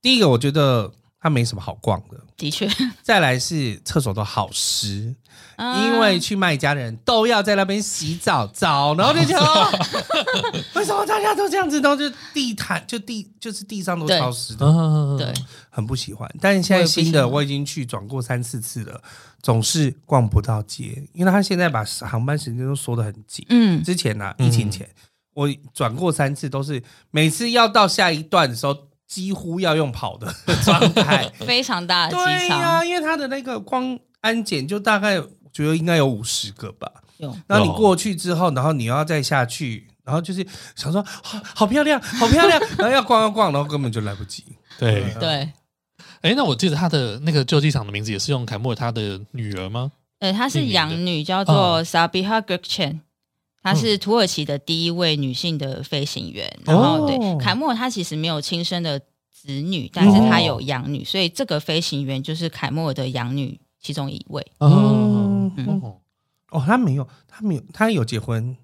B: 第一个，我觉得它没什么好逛的。
C: 的确，
B: 再来是厕所都好湿，
C: 啊
B: 因为去卖家的人都要在那边洗澡澡，然后就觉 得、哦为什么大家都这样子，然后就地毯就地就是地上都
C: 对
B: 潮湿的，
A: 嗯，
C: 对
B: 很不喜欢。但是现
C: 我
B: 在
C: 也不喜欢
B: 新的我已经去转过三四次了，总是逛不到街，因为他现在把航班时间都缩得很紧。
C: 嗯
B: 之前啊，疫情前、我转过三次，都是每次要到下一段的时候，几乎要用跑的状态。
C: 非常大的
B: 对
C: 机
B: 呀、
C: 场，
B: 因为他的那个光安检就大概我觉得应该有五十个吧。
C: 有
B: 然后你过去之后，然后你又要再下去，然后就是想说好好漂亮，好漂亮， 然后要逛要逛，然后根本就来不及。
A: 对。
C: 对，
A: 哎，那我记得他的那个旧机场的名字也是用凯莫尔他的女儿吗？
C: 呃，她是
A: 命名的
C: 养女，叫
B: 哦
C: 做 Sabiha Gökçen，她是
B: 嗯
C: 土耳其的第一位女性的飞行员。
B: 哦
C: 然后，对凯莫尔她其实没有亲生的子女，
B: 嗯
C: 但是她有养女，所以这个飞行员就是凯莫尔的养女其中一位。
A: 哦
C: 嗯
A: 哦，
B: 哦，他没有，他没有，他有结婚，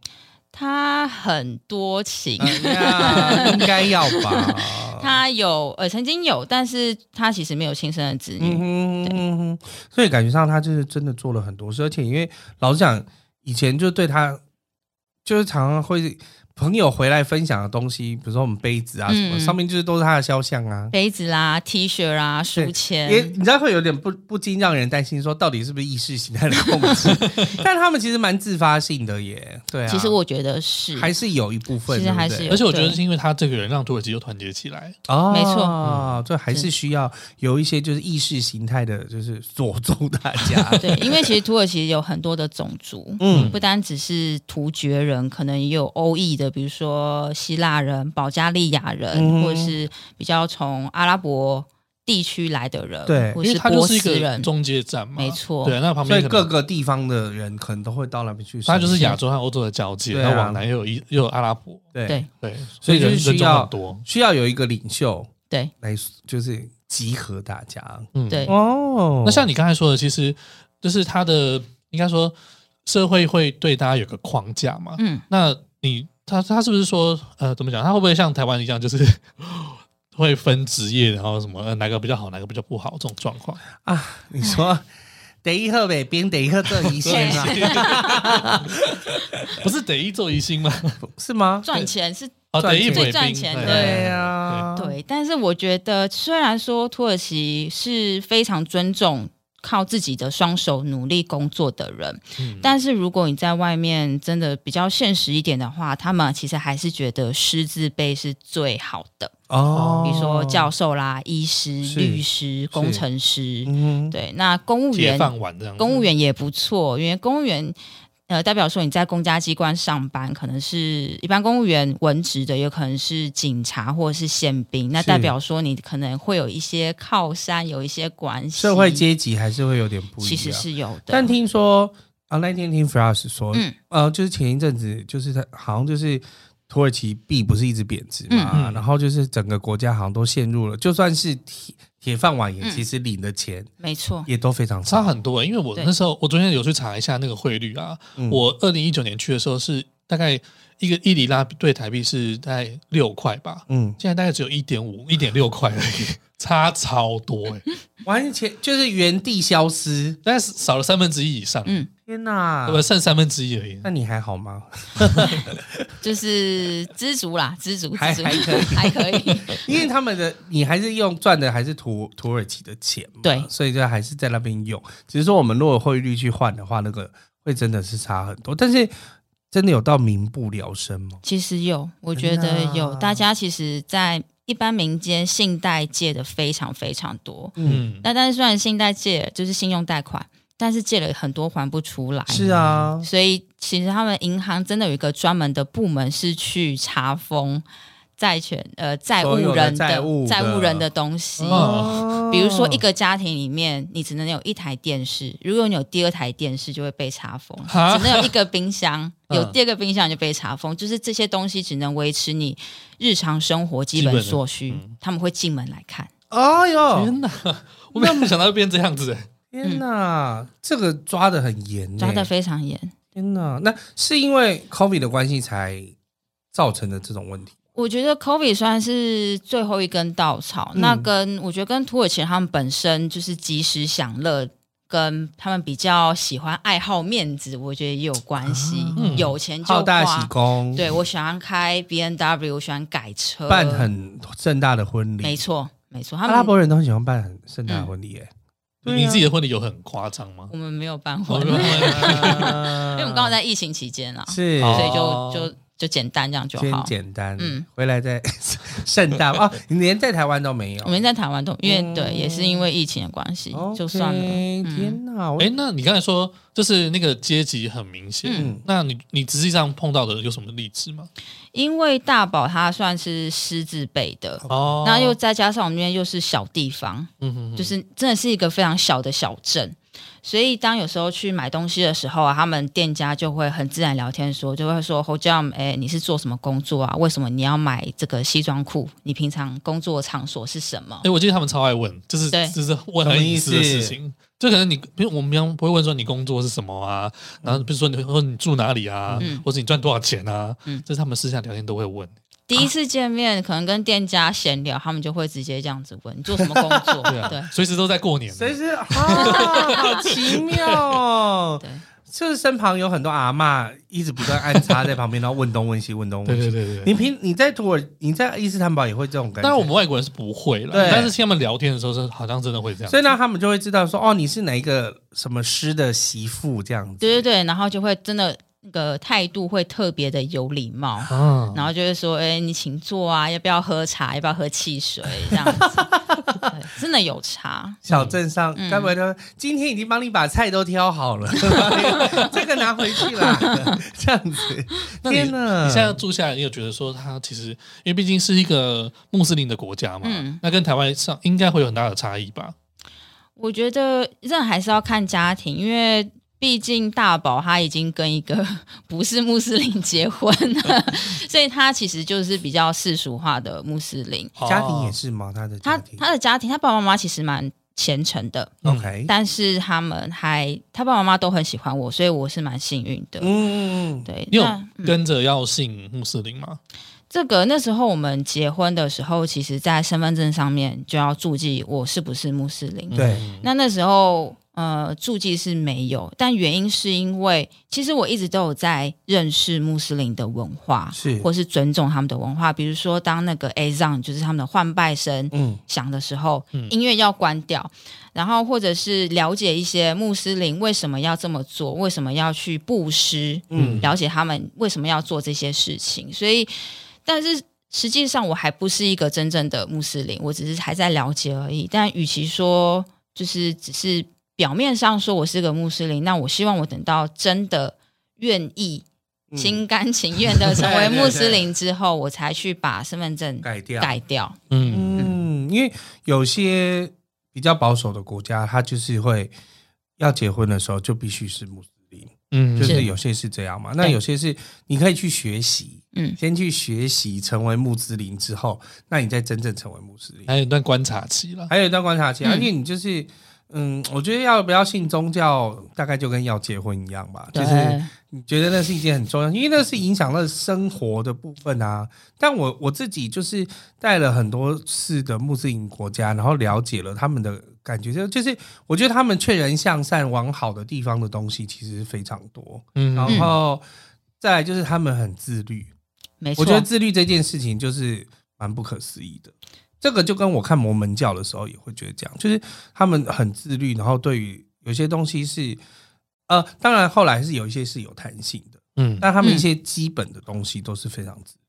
C: 她很多情，
B: 哎呀，应该要吧？
C: 她有呃曾经有，但是她其实没有亲生的子
B: 嗯
C: 女。
B: 哼嗯哼，所以感觉上他就是真的做了很多事，而且因为老实讲，以前就对他就是常常会朋友回来分享的东西，比如说我们杯子啊什么，
C: 嗯
B: 上面就是都是他的肖像啊。
C: 杯子啦、T 恤啦、
B: 对
C: 书
B: 也
C: 签，
B: 你知道会有点不不禁让人担心，说到底是不是意识形态的控 制？但他们其实蛮自发性的耶，对啊。
C: 其实我觉得是，
B: 还是有一部分，
C: 其实还
B: 对
C: 是
B: 不对
C: 有
A: 而且我觉得
C: 对
A: 是因为他这个人让土耳其又团结起来，
B: 哦，
C: 没错
B: 啊，这还是
C: 是
B: 需要有一些就是意识形态的，就是锁住大家。
C: 对，因为其实土耳其有很多的种族，
B: 嗯
C: 不单只是突厥人，可能也有欧裔的，比如说希腊人、保加利亚人，
B: 嗯
C: 或者是比较从阿拉伯地区来的人，
B: 对
C: 或
A: 因为
C: 是
A: 他就
C: 波
A: 是一
C: 斯
A: 个
C: 人，
A: 中介站嘛，
C: 没错
A: 对，那旁
B: 所
A: 边
B: 以
A: 可能
B: 各个地方的人可能都会到那边去生
A: 它
B: 活。
A: 就是亚洲和欧洲的交界，
B: 对
A: 那
B: 啊
A: 往南又有一又有阿拉伯，
B: 对
C: 对
A: 对，
B: 所以就
A: 人
B: 是需
A: 人种
B: 要
A: 很多，
B: 需要有一个领袖
C: 对
B: 来，就是集合大家。
A: 嗯，
C: 对
B: 哦
A: 那 像你刚才说的，其实就是它的应该说社会会对大家有个框架嘛，
C: 嗯，
A: 那你他他是不是说呃怎么讲？他会不会像台湾一样，就是 会分职业，然后什么、呃、哪个比较好，哪个比较不好这种状况？
B: 你说得一喝北冰，得一喝这一线啊，
A: 不是得一做一星吗？
B: 是吗？
C: 赚钱是
A: 哦，
B: 赚
A: 得一
B: 钱
A: 尾
C: 最赚
A: 兵
C: 钱的
B: 对啊
A: 啊
B: 呀，
C: 对，但是我觉得，虽然说土耳其是非常尊重靠自己的双手努力工作的人，
A: 嗯
C: 但是如果你在外面真的比较现实一点的话，他们其实还是觉得师字辈是最好的，
B: 哦，
C: 比如说教，授啦、医师、
B: 是
C: 律师、工程师，
B: 嗯哼，
C: 对，那公务
A: 铁
C: 员
A: 饭碗这样子，
C: 公务员也不错，因为公务员。呃，代表说你在公家机关上班，可能是一般公务员文职的，有可能是警察或者是宪兵，那
B: 是
C: 代表说你可能会有一些靠山，有一些关系，
B: 社会阶级还是会有点不一样。
C: 其实是有的。
B: 但听说啊，那天听 Flash 说，
C: 嗯
B: 呃，就是前一阵子，就是他好像就是土耳其币不是一直贬值嘛，
A: 嗯嗯
B: 然后就是整个国家好像都陷入了，就算是铁铁饭碗也，
C: 嗯
B: 其实领的钱
C: 没错，
B: 也都非常
A: 差
B: 少。
A: 很多欸、因为我
C: 对
A: 那时候我昨天有去查一下那个汇率啊，
B: 嗯
A: 我二零一九年去的时候是大概一个一里拉对台币是大概六块吧，
B: 嗯，
A: 现在大概只有一点五、一点六块而已， 差超多哎、
B: 完全就是原地消失。
A: 但是少了三分之一以上，
C: 嗯，
B: 天哪！
A: 我剩三分之一而已。
B: 那你还好吗？
C: 就是知足啦，知足，
B: 还
C: 知足
B: 还可以
C: 还可以。
B: 因为他们的你还是用赚的还是土土耳其的钱嘛，
C: 对
B: 所以就还是在那边用。只是说我们如果汇率去换的话，那个会真的是差很多。但是真的有到民不聊生吗？
C: 其实有，我觉
B: 真的
C: 得
B: 啊
C: 有，大家其实，在一般民间信贷借的非常非常多，
A: 嗯，
C: 那但是虽然信贷借就是信用贷款，但是借了很多还不出来，
B: 是啊，
C: 所以其实他们银行真的有一个专门的部门是去查封债权呃债务
B: 所有的
C: 人
B: 债务的
C: 债务人的东西。
B: 啊
A: 哦
C: 比如说，一个家庭里面，你只能有一台电视。如果你有第二台电视，就会被查封；
B: 啊
A: 哈
C: 只能有一个 冰箱，
A: 嗯
C: 有第二个冰箱就被查封。就是这些东西只能维持你日常生活基
A: 基
C: 本
A: 本的
C: 所需
A: 嗯。
C: 他们会进门来看，
B: 哎呦，
C: 嗯
A: 天哪，哦 我没有想到会变这样子、欸。
B: 天哪，这个抓的很严欸，
C: 抓得非常严。
B: 天哪，那是因为 COVID 的关系才造成的这种问题。
C: 我觉得 COVID 算是最后一根稻草，
B: 嗯
C: 那跟我觉得跟土耳其人他们本身就是及时享乐，跟他们比较喜欢爱好面子，我觉得也有关系。
A: 嗯
C: 有钱就
B: 啊好大喜
C: 花，
B: 功，
C: 对我喜欢开 B N W，我喜欢改车，
B: 办很盛大的婚礼，
C: 没错没错，他
B: 阿拉
C: 们
B: 伯人都很喜欢办很盛大的婚礼、欸，对啊
A: 你自己的婚礼有很夸张吗？
C: 嗯
A: 哦
C: 我们没有办
A: 我
C: 婚，
A: 没
C: 因
A: 有
C: 为
B: 因
C: 我们刚好在疫情期间啊，
B: 是
A: 好
C: 所以
A: 哦
C: 就就就简单这样就
B: 先
C: 好。
B: 简单，嗯
C: 嗯，
B: 回来再 盛大哦，你连在台湾都没有，
C: 我们在台湾都因为、
B: 嗯
C: 对，也是因为疫情的关系
B: OK，
C: 就算了。嗯
B: 天哪，我
A: 哎、那你刚才说就是那个阶级很明显，
B: 嗯
A: 那你你实际上碰到的有什么例子吗？
C: 因为大堡它算是狮子辈的，
A: 哦
C: 那又再加上我们那边又是小地方，
A: 嗯哼哼
C: 就是真的是一个非常小的小镇，所以当有时候去买东西的时候啊，他们店家就会很自然聊天说，就会说 h o j a m 哎，你是做什么工作啊？为什么你要买这个西装裤？你平常工作场所是什么
A: 哎、？我记得他们超爱问，就是
C: 对
A: 就是问
B: 什么
A: 很
B: 意
A: 隐
B: 思
A: 私的事情，就可能你，比如我们平常不会问说你工作是什么啊，然后比如说你或者你住哪里啊，
C: 嗯
A: 或者你赚多少钱啊，
C: 嗯
A: 这是他们私下聊天都会问。
C: 第一次见面，可能跟店家闲聊，他们就会直接这样子问你 做什么工作？
A: 对
C: 对
A: 啊，随时都在过年。
B: 随时啊，好奇妙哦。
C: 对
B: 就是身旁有很多阿嬷一直不断安插在旁边，然后问东问西，问东问
A: 对
B: 西。
A: 对对对对。
B: 你平你在土耳你在伊斯坦堡也会这种感觉？
A: 当然，我们外国人是不会了，
B: 对
A: 但是他们聊天的时候是好像真的会这样。
B: 所以呢，他们就会知道说，哦，你是哪一个什么师的媳妇这样子。
C: 对对对，然后就会真的那个态度会特别的有礼貌。
A: 啊，
C: 然后就会说：“哎、你请坐啊，要不要喝茶？要不要喝汽水？这样子，对真的有差。
B: 小镇上，
C: 嗯
B: 该不会他说今天已经帮你把菜都挑好了， 这个拿回去啦， 这样子。
A: 那你
B: 天哪！
A: 你现在住下来，你有觉得说他其实，因为毕竟是一个穆斯林的国家嘛，
C: 嗯
A: 那跟台湾上应该会有很大的差异吧？
C: 我觉得这还是要看家庭，因为毕竟大宝他已经跟一个 不是穆斯林结婚了， 所以他其实就是比较世俗化的穆斯林。
B: 家庭
A: 哦
B: 也是吗？他的
C: 他
B: 家庭
C: 他的家庭，他爸爸妈妈其实蛮虔诚的，
A: 嗯
B: OK，
C: 但是他们还他爸爸妈妈都很喜欢我，所以我是蛮幸运的。
B: 嗯嗯嗯，
C: 对，
A: 你有
C: 那嗯
A: 跟着要信穆斯林吗？
C: 这个那时候我们结婚的时候，其实在身份证上面就要注记我是不是穆斯林。
B: 对
A: 嗯
C: 那那时候呃，注记是没有，但原因是因为其实我一直都有在认识穆斯林的文化，
B: 是
C: 或是尊重他们的文化。比如说，当那个 azan 就是他们的换拜声
B: 嗯
C: 响的时候，
A: 嗯
C: 音乐要关掉，然后或者是了解一些穆斯林为什么要这么做，为什么要去布施，
B: 嗯
C: 了解他们为什么要做这些事情。所以，但是实际上我还不是一个真正的穆斯林，我只是还在了解而已。但与其说就是只是表面上说我是个穆斯林，那我希望我等到真的愿意。
B: 嗯
C: 心甘情愿的成
B: 对
C: 为
B: 对
C: 穆斯林之后，我才去把身份证
B: 改掉
C: 改掉。
A: 嗯，
B: 嗯，因为有些比较保守的国家，他就是会要结婚的时候就必须是穆斯林，
A: 嗯，
B: 就是是有些是这样嘛。那
C: 对
B: 有些是你可以去学习，
C: 嗯，
B: 先去学习成为穆斯林之后，那你再真正成为穆斯林。
A: 还有一段观察期啦。
B: 还有一段观察期，
C: 嗯
B: 而且你就是。嗯，我觉得要不要信宗教，大概就跟要结婚一样吧，就
C: 对，
B: 是你觉得那是一件很重要，因为那是影响了生活的部分啊。但我我自己就是带了很多次的穆斯林国家，然后了解了他们的感觉，就就是我觉得他们劝人向善、往好的地方的东西其实非常多。
A: 嗯，
B: 然后再来就是他们很自律，
C: 没错
B: 我觉。得自律这件事情就是蛮不可思议的。这个就跟我看摩门教的时候也会觉得这样，就是他们很自律，然后对于有些东西是，呃，当然后来是有一些是有弹性的，
A: 嗯，
B: 但他们
C: 嗯
B: 一些基本的东西都是非常自律。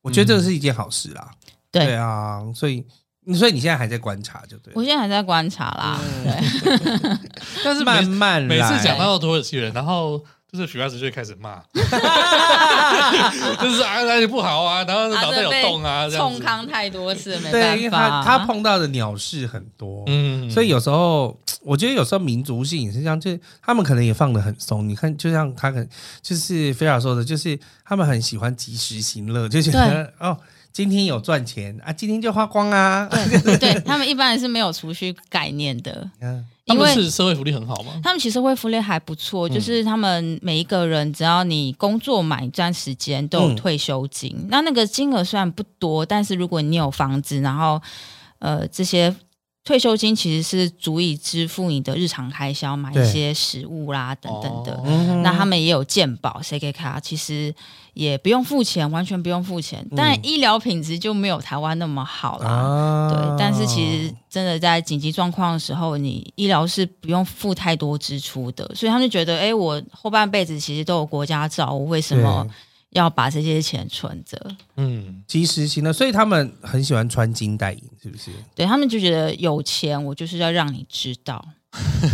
B: 我觉得这是一件好事啦。
C: 对
B: 对啊，所以所以你现在还在观察，就对了。
C: 我现在还在观察啦，
B: 嗯
C: 对，
B: 但是慢慢
A: 每次讲
B: 来
A: 到土耳其人，然后就是许老师就会开始 骂，就是啊哪里不好啊，然后脑袋有洞啊，这样
C: 冲
A: 子。
C: 康太多次，没
B: 对，因为
C: 办
B: 他
C: 法。啊
B: 他碰到的鸟事很多，
A: 嗯，
B: 所以有时候我觉得有时候民族性也是这样，就是他们可能也放得很松。你看，就像他可能就是菲尔说的，就是他们很喜欢及时行乐，就觉得哦，今天有赚钱啊，今天就花光啊。
C: 对对，他们一般人是没有储蓄概念的，
B: 嗯
A: 他
C: 因
A: 们
C: 为
A: 是社会福利很好吗？
C: 他们其实会福利还不错，
B: 嗯
C: 就是他们每一个人只要你工作满一段时间都
B: 嗯
C: 有退休金，那那个金额虽然不多，但是如果你有房子，然后呃这些。退休金其实是足以支付你的日常开销，买一
B: 对
C: 些食物啦等等的。
A: 哦
B: 嗯
C: 那他们也有健保 C K 卡，其实也不用付钱，完全不用付钱。但医疗品质就没有台湾那么好啦。
B: 嗯啊
C: 对，但是其实真的在紧急状况的时候，你医疗是不用付太多支出的，所以他们就觉得，哎，我后半辈子其实都有国家照顾，为什么
B: 对
C: 要把这些钱存着？
A: 嗯，
B: 及时行乐，所以他们很喜欢穿金戴银，是不是？
C: 对他们就觉得有钱，我就是要让你知 道，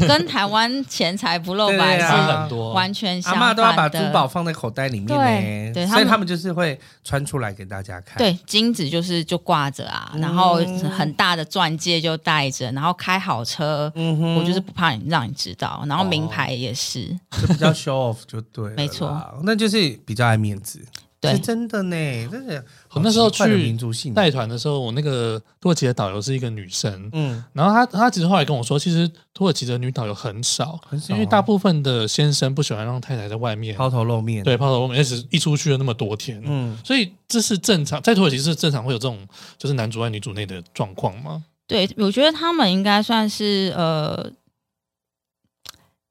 C: 跟台湾钱财不露白
B: 对
C: 是
B: 啊
A: 差很多。
C: 完全相
B: 阿
C: 反的。
B: 嬷都要把珠宝放在口袋里面呢，
C: 对对他们
B: 所以他们就是会穿出来给大家看。
C: 对，金子就是就挂着啊，
A: 嗯
C: 然后很大的钻戒就戴着，然后开好车，
B: 嗯哼，
C: 我就是不怕你让你知道，然后名牌也是，
A: 哦
B: 就比较 show off 就对了啦，
C: 没错
B: 那就是比较爱面子，
C: 对
B: 是真的呢，真的。
A: 我那时候
B: 好奇怪的
A: 去
B: 民族性，
A: 带团的时候，我那个土耳其的导游是一个女生，
B: 嗯，
A: 然后她她其实后来跟我说，其实土耳其的女导游很少，
B: 很少啊
A: 因为大部分的先生不喜欢让太太在外面
B: 抛头露面，
A: 对，抛头露面，而且是一出去就那么多天，
B: 嗯，
A: 所以这是正常，在土耳其是正常会有这种就是男主外女主内的状况吗？
C: 对我觉得他们应该算是呃，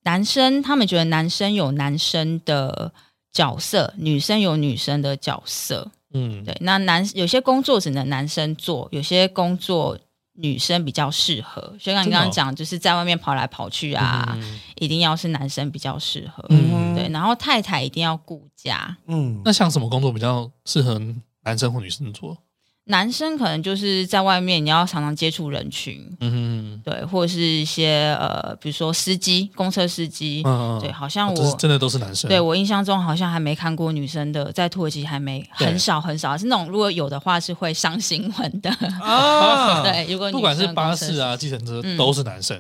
C: 男生他们觉得男生有男生的角色，女生有女生的角色，
A: 嗯，
C: 对，那男有些工作只能男生做，有些工作。女生比较适合，就像你
A: 真的
C: 刚
A: 哦
C: 刚讲，就是在外面跑来跑去啊，
A: 嗯
C: 一定要是男生比较适合。
B: 嗯
C: 对，然后太太一定要顾家，
B: 嗯，
A: 那像什么工作比较适合男生或女生做？
C: 男生可能就是在外面你要常常接触人群，
A: 嗯
C: 对，或者是一些呃，比如说司机、公车司机
A: 嗯，嗯，
C: 对，
A: 嗯
C: 好像
A: 哦这是
C: 我。
A: 真的都是男生，
C: 对我印象中好像还没看过女生的，在土耳其还没
A: 对
C: 很少很少，是那种如果有的话是会上新闻的。
B: 啊，
C: 对，如果
A: 不管
C: 女生
A: 是
C: 的
A: 巴
C: 公车
A: 士啊、
C: 司机，
A: 计程车
C: 嗯
A: 都是男生。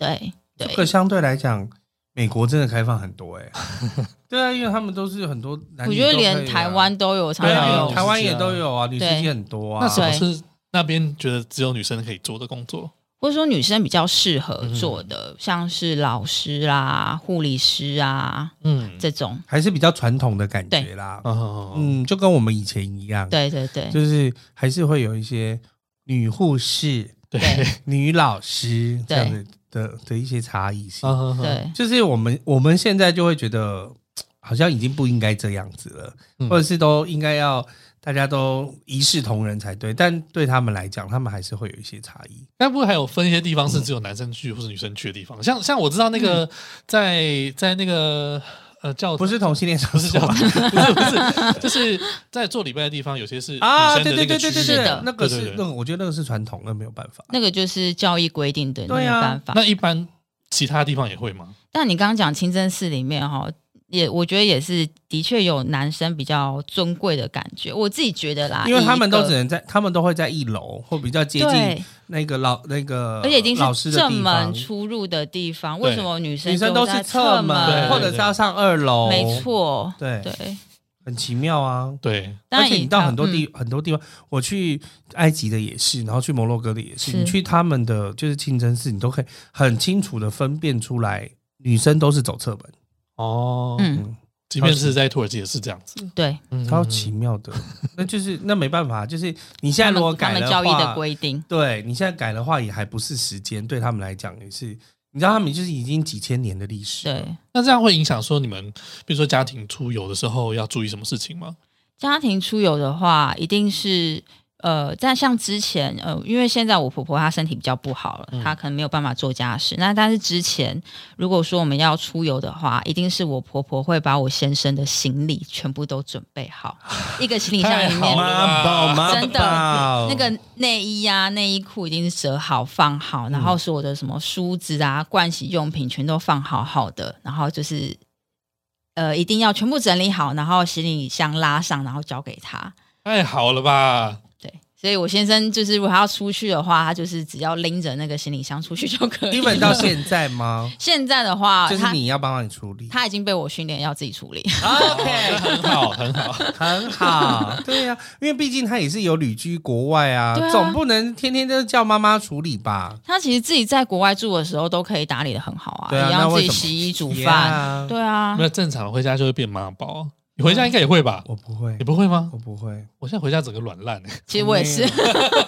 C: 对
B: 这个
C: 对，
B: 相对来讲，美国真的开放很多哎， 对啊，因为他们都是很多男
C: 我
B: 女
C: 觉
B: 都可以啊，
C: 得连台湾都有常
B: 对
C: 常
B: 啊，
A: 女
C: 有
B: 台湾
A: 司机
B: 也
A: 啊
B: 都有啊，女司
C: 对
B: 机很多啊，
A: 那什么
C: 对
A: 是那边觉得只有女生可以做的工作？
C: 或者说女生比较适合做的，
B: 嗯
C: 像是老师啦、护理师啊
A: 嗯，
C: 这种。
B: 还是比较传统的感觉啦，
A: 嗯，
B: 嗯，就跟我们以前一样，，
C: 对对对，
B: 就是还是会有一些女护士、
A: 对，
C: 对
B: 女老师这样子，的的一些差异性。
A: 啊哈哈
C: 对，
B: 就是我们我们现在就会觉得好像已经不应该这样子了，
A: 嗯
B: 或者是都应该要大家都一视同仁才对。但对他们来讲，他们还是会有一些差异。
A: 该不会还有分一些地方是只有男生去或是女生去的地方？像像我知道那个在在那个呃叫
B: 不是同性恋
A: 不
B: 场
A: 是
B: 所
A: 叫
B: 吗
A: 不是不是，就是在做礼拜的地方，有些是女
B: 啊，
A: 生
B: 对
A: 的那
B: 对对
A: 个
B: 对
A: 区
B: 对
A: 域
C: 是
B: 对
C: 的，
B: 那个是
A: 对对对
B: 那个，我觉得那个是传统，那没有办法。
C: 那个就是教育规定的，那
B: 对
C: 没
B: 啊
C: 办法。
A: 那一般其他地方也会吗？
C: 但你刚刚讲清真寺里面哈，也我觉得也是，的确有男生比较尊贵的感觉，我自己觉得啦，
B: 因为他们
C: 以一个
B: 都只能在，他们都会在一楼或比较接近
C: 对，
B: 那个老那个，
C: 而且已经
B: 老
C: 是
B: 师的
C: 正
B: 地方
C: 门，出入的地方，
A: 对
C: 为什么女生
B: 女生都
C: 只有
B: 是
C: 在侧
A: 对
B: 门，或者是要上二楼，
C: 没，错，
B: 对
C: 对。
B: 很奇妙啊。
A: 对，
C: 当
B: 而
C: 然
B: 且
C: 也嗯
B: 你到很多地、很多地方，我去埃及的也是，然后去摩洛哥的也是，
C: 是
B: 你去他们的就是清真寺，你都可以很清楚的分辨出来，女生都是走侧门，
A: 哦，
C: 嗯
B: 嗯，
A: 即便是在土耳其也是这样子，
C: 嗯，对，
A: 嗯
B: 超奇妙的。 那就是那没办法，啊就是你现在如果
C: 嗯他
B: 改
C: 们
B: 了
C: 教育
B: 话
C: 的规定，
B: 对你现在改的话，也还不是时间，对他们来讲也是，你知道他们就是已经几千年的历史了，
C: 对
A: 那这样会影响说你们，比如说家庭出游的时候要注意什么事情吗？
C: 家庭出游的话，一定是呃，在像之前呃，因为现在我婆婆她身体比较不好了，
A: 嗯
C: 她可能没有办法做家事。那但是之前如果说我们要出游的话，一定是我婆婆会把我先生的行李全部都准 备好，一个行李箱里
A: 太好
C: 面
A: 了。
B: 妈宝妈
C: 真的
B: 宝
C: 那个内衣啊、内衣裤已经折好放好，然后所有的什么梳子啊、盥洗用品全都放好好的，然后就是呃，一定要全部整理好，然后行李箱拉上，然后交给他。
A: 太好了吧？
C: 对，所以我先生就是如果他要出去的话，他就是只要拎着那个行李箱出去就可以了。
B: even 到现在 吗？
C: 现在的话，
B: 就是
C: 他
B: 你要帮忙处理
C: 他已经被我训练要自己处理。
A: 那
B: 啊，OK，
A: 哦很 好，很好。
B: 很好， 对呀、因为毕竟他也是有旅居国外啊，
C: 对啊
B: 总不能天天都叫妈妈处理吧？
C: 他其实自己在国外住的时候都可以打理的很好啊，
B: 对啊
C: 一
B: 那
C: 样
B: 为
C: 自己
B: 什么
C: 洗衣煮饭。
B: 呀，
C: 对啊
A: 没，有正常回家就会变妈宝，你回家应该也会吧？
B: 我不会
A: 你，不会吗
B: 我？不会，
A: 我现在回家整个软烂欸
C: 其实我也是。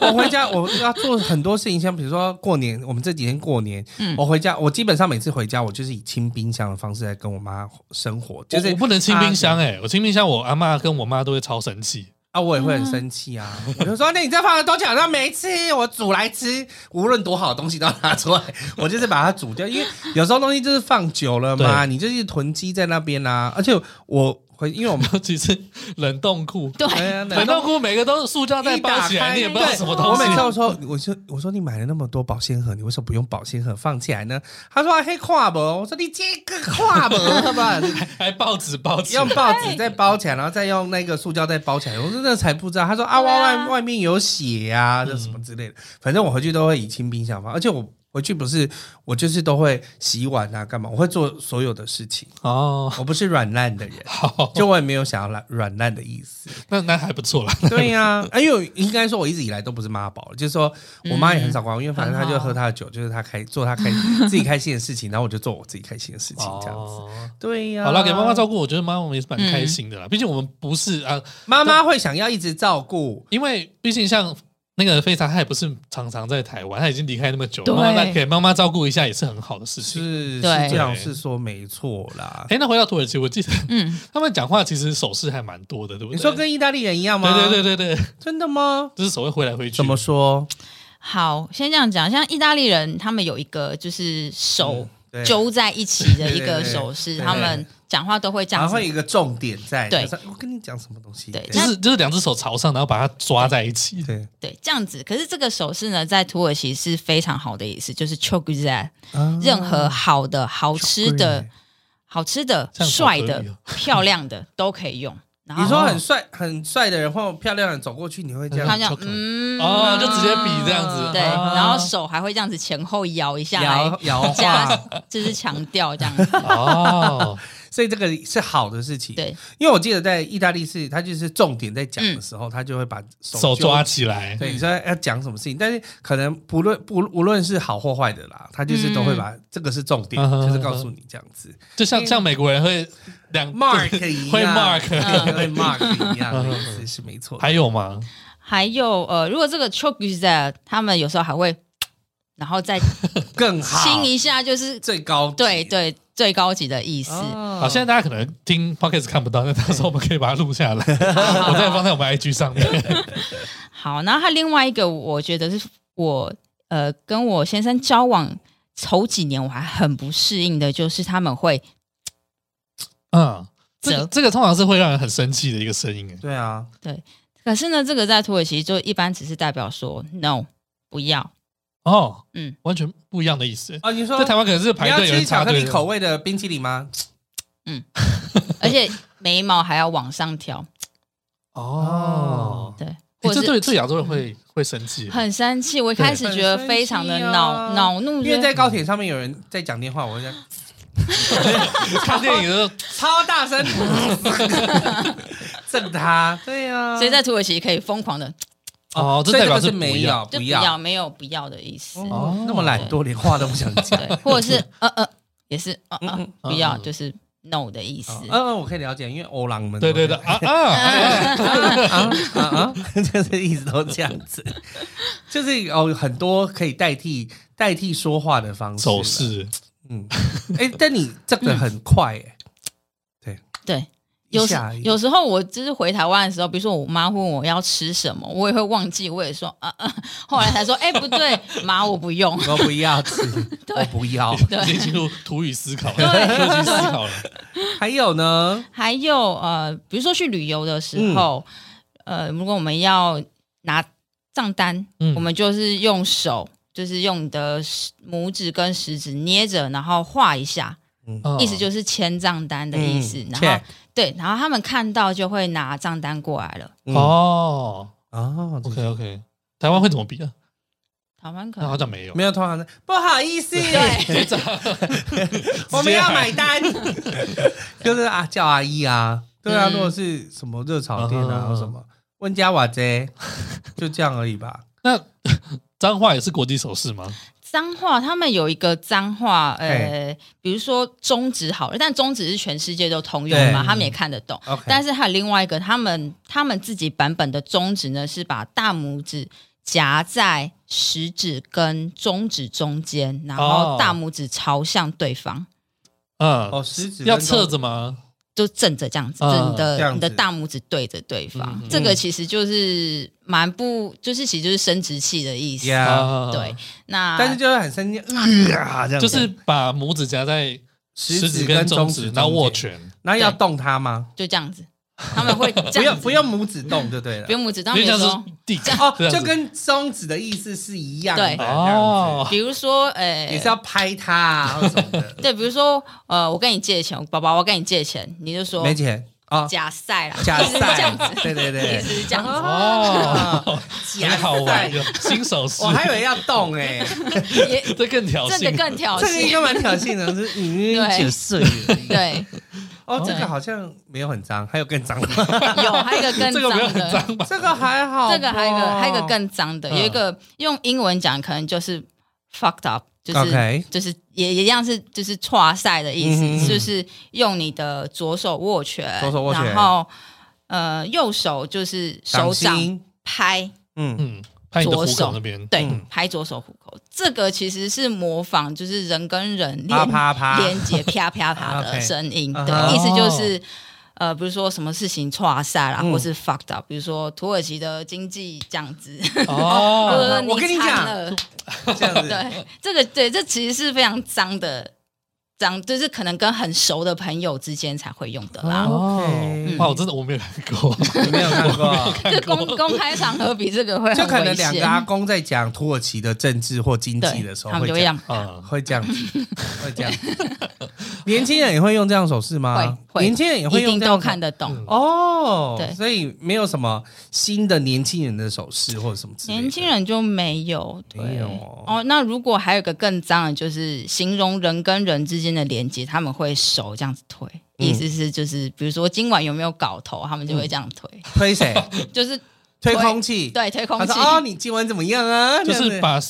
B: 我回家 我要做很多事情，像比如说过年，我们这几天过年，
C: 嗯
B: 我回家，我基本上每次回家，我就是以清冰箱的方式来跟我妈生活，就
A: 我
B: 是
A: 我不能清冰箱
B: 啊
A: 哎，我清冰箱我阿妈跟我妈都会超生气。
B: 啊，我也会很
A: 嗯
B: 生气啊！我就说，那你这放了多久？那没吃，我煮来吃。无论多好的东西都要拿出来， 我就是把它煮掉，因为有时候东西就是放久了嘛，你就是囤积在那边啦、而且我回，因为 我们
A: 尤其是冷冻库，
C: 对，
B: 哎呀冷
A: 冷冻库每个都是塑胶袋
B: 一打
A: 包起来，
B: 开
A: 你也不知道
B: 对
A: 什么
B: 我
A: 东西
B: 每。次都说，我说我说你买了那么多保鲜盒，你为什么不用保鲜盒放起来呢？他说黑跨膜，我说你这个跨膜好不好？
A: 还报纸包起来
B: 用，报纸再包起来，然后再用那个塑胶袋包起来。我真的才不知道，他说啊，
C: 对
B: 外
C: 啊
B: 外外面有血啊，
A: 嗯
B: 这什么之类的。反正我回去都会以清冰箱放，而且我回去不是我就是都会洗碗啊，干嘛？我会做所有的事情，
A: 哦，
B: 我不是软烂的人。
A: 好，
B: 就我也没有想要软软烂的意 思，
A: 那那还不错啦。
B: 对呀、哎呦，应该说我一直以来都不是妈宝，就是说我妈也很少管我，因为反正她就喝她的酒，就是她开 做她开自己开心的事情，然后我就做我自己开心的事情，这样子。
A: 哦
B: 对呀、
A: 好了，给妈妈照顾，我觉得妈妈也是蛮开心的啦。毕竟我们不是啊，
B: 妈妈会想要一直照顾，
A: 因为毕竟像那个非常，她也不是常常在台湾，她已经离开那么久了，
C: 对
A: 妈妈给妈妈照顾一下也是很好的事情。
B: 是是
C: 对
B: 这样，是说没错啦。
A: 哎，那回到土耳其，我记得
C: 嗯，
A: 他们讲话其实手势还蛮多的，对不对？
B: 你说跟意大利人一样吗？
A: 对对对对对，
B: 真的吗？
A: 就是手会挥来挥去。
B: 怎么说？
C: 好，先这样讲，像意大利人，他们有一个就是手
B: 嗯对
C: 揪在一起的一
B: 对对
C: 个
B: 对
C: 手势，
B: 对
C: 他们讲话都会这
B: 还
C: 样子
B: 会有一个重点在，
C: 对
B: 就是我跟你讲什么东西？
C: 对
A: 就是就是两只手朝上，然后把它抓在一起。
B: 对
C: 对，这样子。可是这个手势呢，在土耳其是非常好的意思，就是 c h o k u z a
B: 啊
C: 任何好的、好吃的
B: Chokuzeh、
C: 好吃的、
A: 像巧克
C: 帅
A: 力
C: 的
A: 哦、
C: 漂亮的都可以用。然后
B: 你说很帅很帅的人或漂亮的人走过去，你会这
A: 很
C: 他
B: 样
C: 这样
A: chocolate，
C: 嗯，
A: 哦，就直接比这样子。
C: 对，
A: 哦
C: 然后手还会这样子前后摇一下
B: 摇
C: 来，
B: 摇
C: 加
B: 晃，
C: 就是强调这样子。
A: 哦，
B: 所以这个是好的事情。
C: 对，嗯
B: 因为我记得在意大利是，他就是重点在讲的时候，他就会把手
A: 手
B: 揪
A: 抓起来。
B: 对，你说要讲什么事情，但是可能不论不无论是好或坏的啦，他就是都会把、这个是重点，
A: 嗯哼
B: 就是告诉你这样子
A: 就像像美国人会两
B: ，mark 一样，
A: 会 mark，
B: 对会 mark 一样
A: 嗯
B: 的意思是没错的。
A: 还有吗？
C: 还有呃，如果这个 c h o k u z a 他们有时候还会，然后再
B: 更好，
C: 亲一下就是
B: 最 高级
C: 对对最高级的意思。
B: 哦
A: 好，现在大家可能听 podcast 看不 到，但到时候我们可以把它录下来，我再放在我们 IG 上面。
C: 好，然后还有另外一个，我觉得是我呃跟我先生交往头几年我还很不适应的，就是他们会
A: 嗯，这个
C: 折
A: 这个通常是会让人很生气的一个声音，哎，
B: 对啊，
C: 可是呢，这个在土耳其就一般只是代表说 no 不要，
A: 哦，
C: 嗯，
A: 完全不一样的意思。
B: 哦，你说
A: 在台湾可能是
B: 你
A: 排
B: 要
A: 队有人
B: 吃巧
A: 插
B: 克
A: 队
B: 力
A: 的，
B: 口味的冰淇淋吗？
C: 而且眉毛还要往上挑，
A: 哦，
C: 对，
A: 欸
C: 或
A: 这
C: 者
A: 对
C: 是
A: 对亚洲人会会生气，
C: 很生气。我一开始觉得非常的恼、
B: 很生气啊
C: 恼怒，
B: 因为
C: 觉得
B: 在高铁上面有人在讲电话，我在
A: 看电影的时候
B: 超大 声震他。对啊，
C: 所以在土耳其可以疯狂的
A: 哦这
B: 所以
A: 代表
B: 个
A: 是
B: 是
A: 不
B: 没
A: 要
B: 有
C: 就
B: 不
C: 不
B: 要
C: 要没有不要的意思，
B: 哦，那么懒惰，连话都不想讲。
C: 对，或者是呃呃也是呃
B: 嗯
C: 呃
B: 嗯
C: 不要
A: 嗯嗯
C: 就是 no 的意思。
B: 嗯嗯，我可以了解，因为欧郎们
A: 对对对
B: 的
A: 啊 啊，
B: 啊啊啊， 就是一直都这样子， 就是哦，很多可以代替代替说话的方式，
A: 手，势
B: 嗯，哎，但你这个很快哎，
C: 对，
B: 一
C: 有时
B: 下而已
C: 有时候我就是回台湾的时候，比如说我妈问我要吃什么，我也会忘记，我也说啊啊，后来才说哎、不对， 妈我不用。
B: 我不要吃，
C: 对
B: 我不要。
A: 已经进入土语思考了，
C: 对
A: 已经思考了。
B: 还有 呢，
C: 还有呃，比如说去旅游的时候，
B: 嗯
C: 呃，如果我们要拿账单，
A: 嗯
C: 我们就是用手，就是用你的食拇指跟食指捏着，然后画一下，
A: 嗯
C: 意思就是签账单的意思。
B: 哦嗯
C: 然
B: check
C: 后对，然后他们看到就会拿账单过来了。
B: 嗯
A: 哦
B: 哦
A: ，OK OK，台湾会怎么比啊？
C: 台湾
A: 那
C: 可
B: 哦
C: 能
A: 好像没有，
B: 没有通常的，不好意思，
C: 对
B: 我们要买 单，就是啊，叫阿姨啊，对啊，
C: 嗯
B: 如果是什么热炒店啊，
A: 嗯
B: 或什么温家瓦贼，就这样而已吧。
A: 那脏话也是国际手势吗？
C: 脏话，他们有一个脏话，呃，比如说中指好了，但中指是全世界都通用的嘛，
B: 对
C: 他们也看得懂。
B: OK，
C: 但是还有另外一个，他们他们自己版本的中指呢，是把大拇指夹在食指跟中指中间，然后大拇指朝向对方，
A: 嗯，
B: 哦，食指跟
A: 要侧
B: 中
A: 着吗？
C: 就正着这样子，
A: 哦
C: 就你
B: 嗯这样
C: 的
B: 子
C: 你的大拇指对着对方
A: 嗯嗯，
C: 这个其实就是蛮不，就是其实就是生殖器的意思。
B: ，Yeah，
A: 啊，
C: 对，那
B: 但是就会很生气，啊，这样子
A: 就是把拇指夹在食
B: 食
A: 指
B: 指
A: 跟
B: 跟
A: 中
B: 中
A: 指，
B: 指，
A: 然后握，拳，
B: 那要
C: 对
B: 动它吗？
C: 就这样子，他们会
B: 不
C: 这样
B: 用
C: 子
B: 不用拇指动就对了
C: 不。用拇指，他
A: 因为
C: 们
A: 这样
C: 有时
A: 是
C: 候，
A: 地
B: 哦，
A: 这样子
B: 就跟中指的意思是一样的，
C: 对
B: 这样
A: 哦
B: 子，
C: 比如说，呃，。
B: 也是要拍它啊，或什么的
C: 对，比如说，呃，我跟你借钱，宝宝，我跟你借钱，你就 说
B: 没钱啊，
C: 假赛啦，
B: 假
C: 意思是 这样
B: 赛，
C: 子，
B: 对对
C: 意
B: 对
C: 思，是这样子。
A: 哦，很
B: 假赛
A: 好玩，有新手势
B: 我，还以为要动哎、
C: 也
A: 这更挑
C: 真的
A: 衅。
C: 更挑
B: 这个应
C: 衅，
B: 该蛮挑衅的，是你
C: 对
B: 九岁而已
C: 对，
B: 哦，这
C: 对
B: 个好像没有很脏，还有更脏的，
C: 有还有一个更
A: 这个没有
C: 脏
A: 很
C: 的，
A: 脏吧？
B: 这个还好吧，
C: 这个还有一个还有
B: 哦
C: 一个更脏
B: 嗯
C: 的，有一个用英文讲可能就是 fucked up，就是
B: OK
C: 就是也也一样是就是跨赛的意
B: 嗯
C: 思，
B: 哼
C: 就是用你的左手握拳，
B: 左手握拳
C: 然后呃右手就是手掌
B: 心，
C: 拍。
B: 嗯，
A: 嗯，拍你的虎
C: 左
A: 口
C: 手
A: 那边。
C: 对
B: 嗯，
C: 拍左手虎口，这个其实是模仿，就是人跟人
B: 啪
C: 连
B: 啪啪，
C: 连接啪啪 啪的
B: OK
C: 声音，
B: 嗯
C: 对，
B: 哼
C: 意思就是。呃，比如说什么事情错赛啦，
B: 嗯
C: 或是 fucked up，比如说土耳其的经济这样子，或
A: 哦，
C: 者说
B: 我跟你
C: 惨
B: 讲
C: 了
B: 这样子，
C: 对，这个对，这其实是非常脏的，脏就是可能跟很熟的朋友之间才会用的啦。
B: 嗯
A: 哦，哇，我真的我没有看过。
B: 你没有看过。啊
C: 这公公开场合比这个会
B: 就
C: 很
B: 可能
C: 危
B: 两
C: 险，
B: 个阿公在讲土耳其的政治或经济
C: 对
B: 的，时候，
C: 他们就
B: 会
C: 会
B: 讲
C: 让
A: 啊，
B: 会这样哦子， 会这样。年轻人也会用这样手势吗？
C: 会会
B: 年轻人也会
C: 一
B: 用
C: 定
B: 这样
C: 都
B: 手
C: 看得懂。
B: 哦，
C: 对
B: 所以没有什么新的年轻人的手势或者什么之类的。
C: 年轻人就没有，对
B: 没有哦
C: 哦那如果还有一个更脏的，就是形容人跟人之间的连接，他们会手这样子推，
B: 嗯
C: 意思是就是比如说今晚有没有搞头，他们就会这样推，
B: 推 谁？
C: 就是
B: 推空气。
C: 对推空
B: 嗯他
C: 气，
B: 说：“哦，你今晚怎么样啊？”
A: 就是把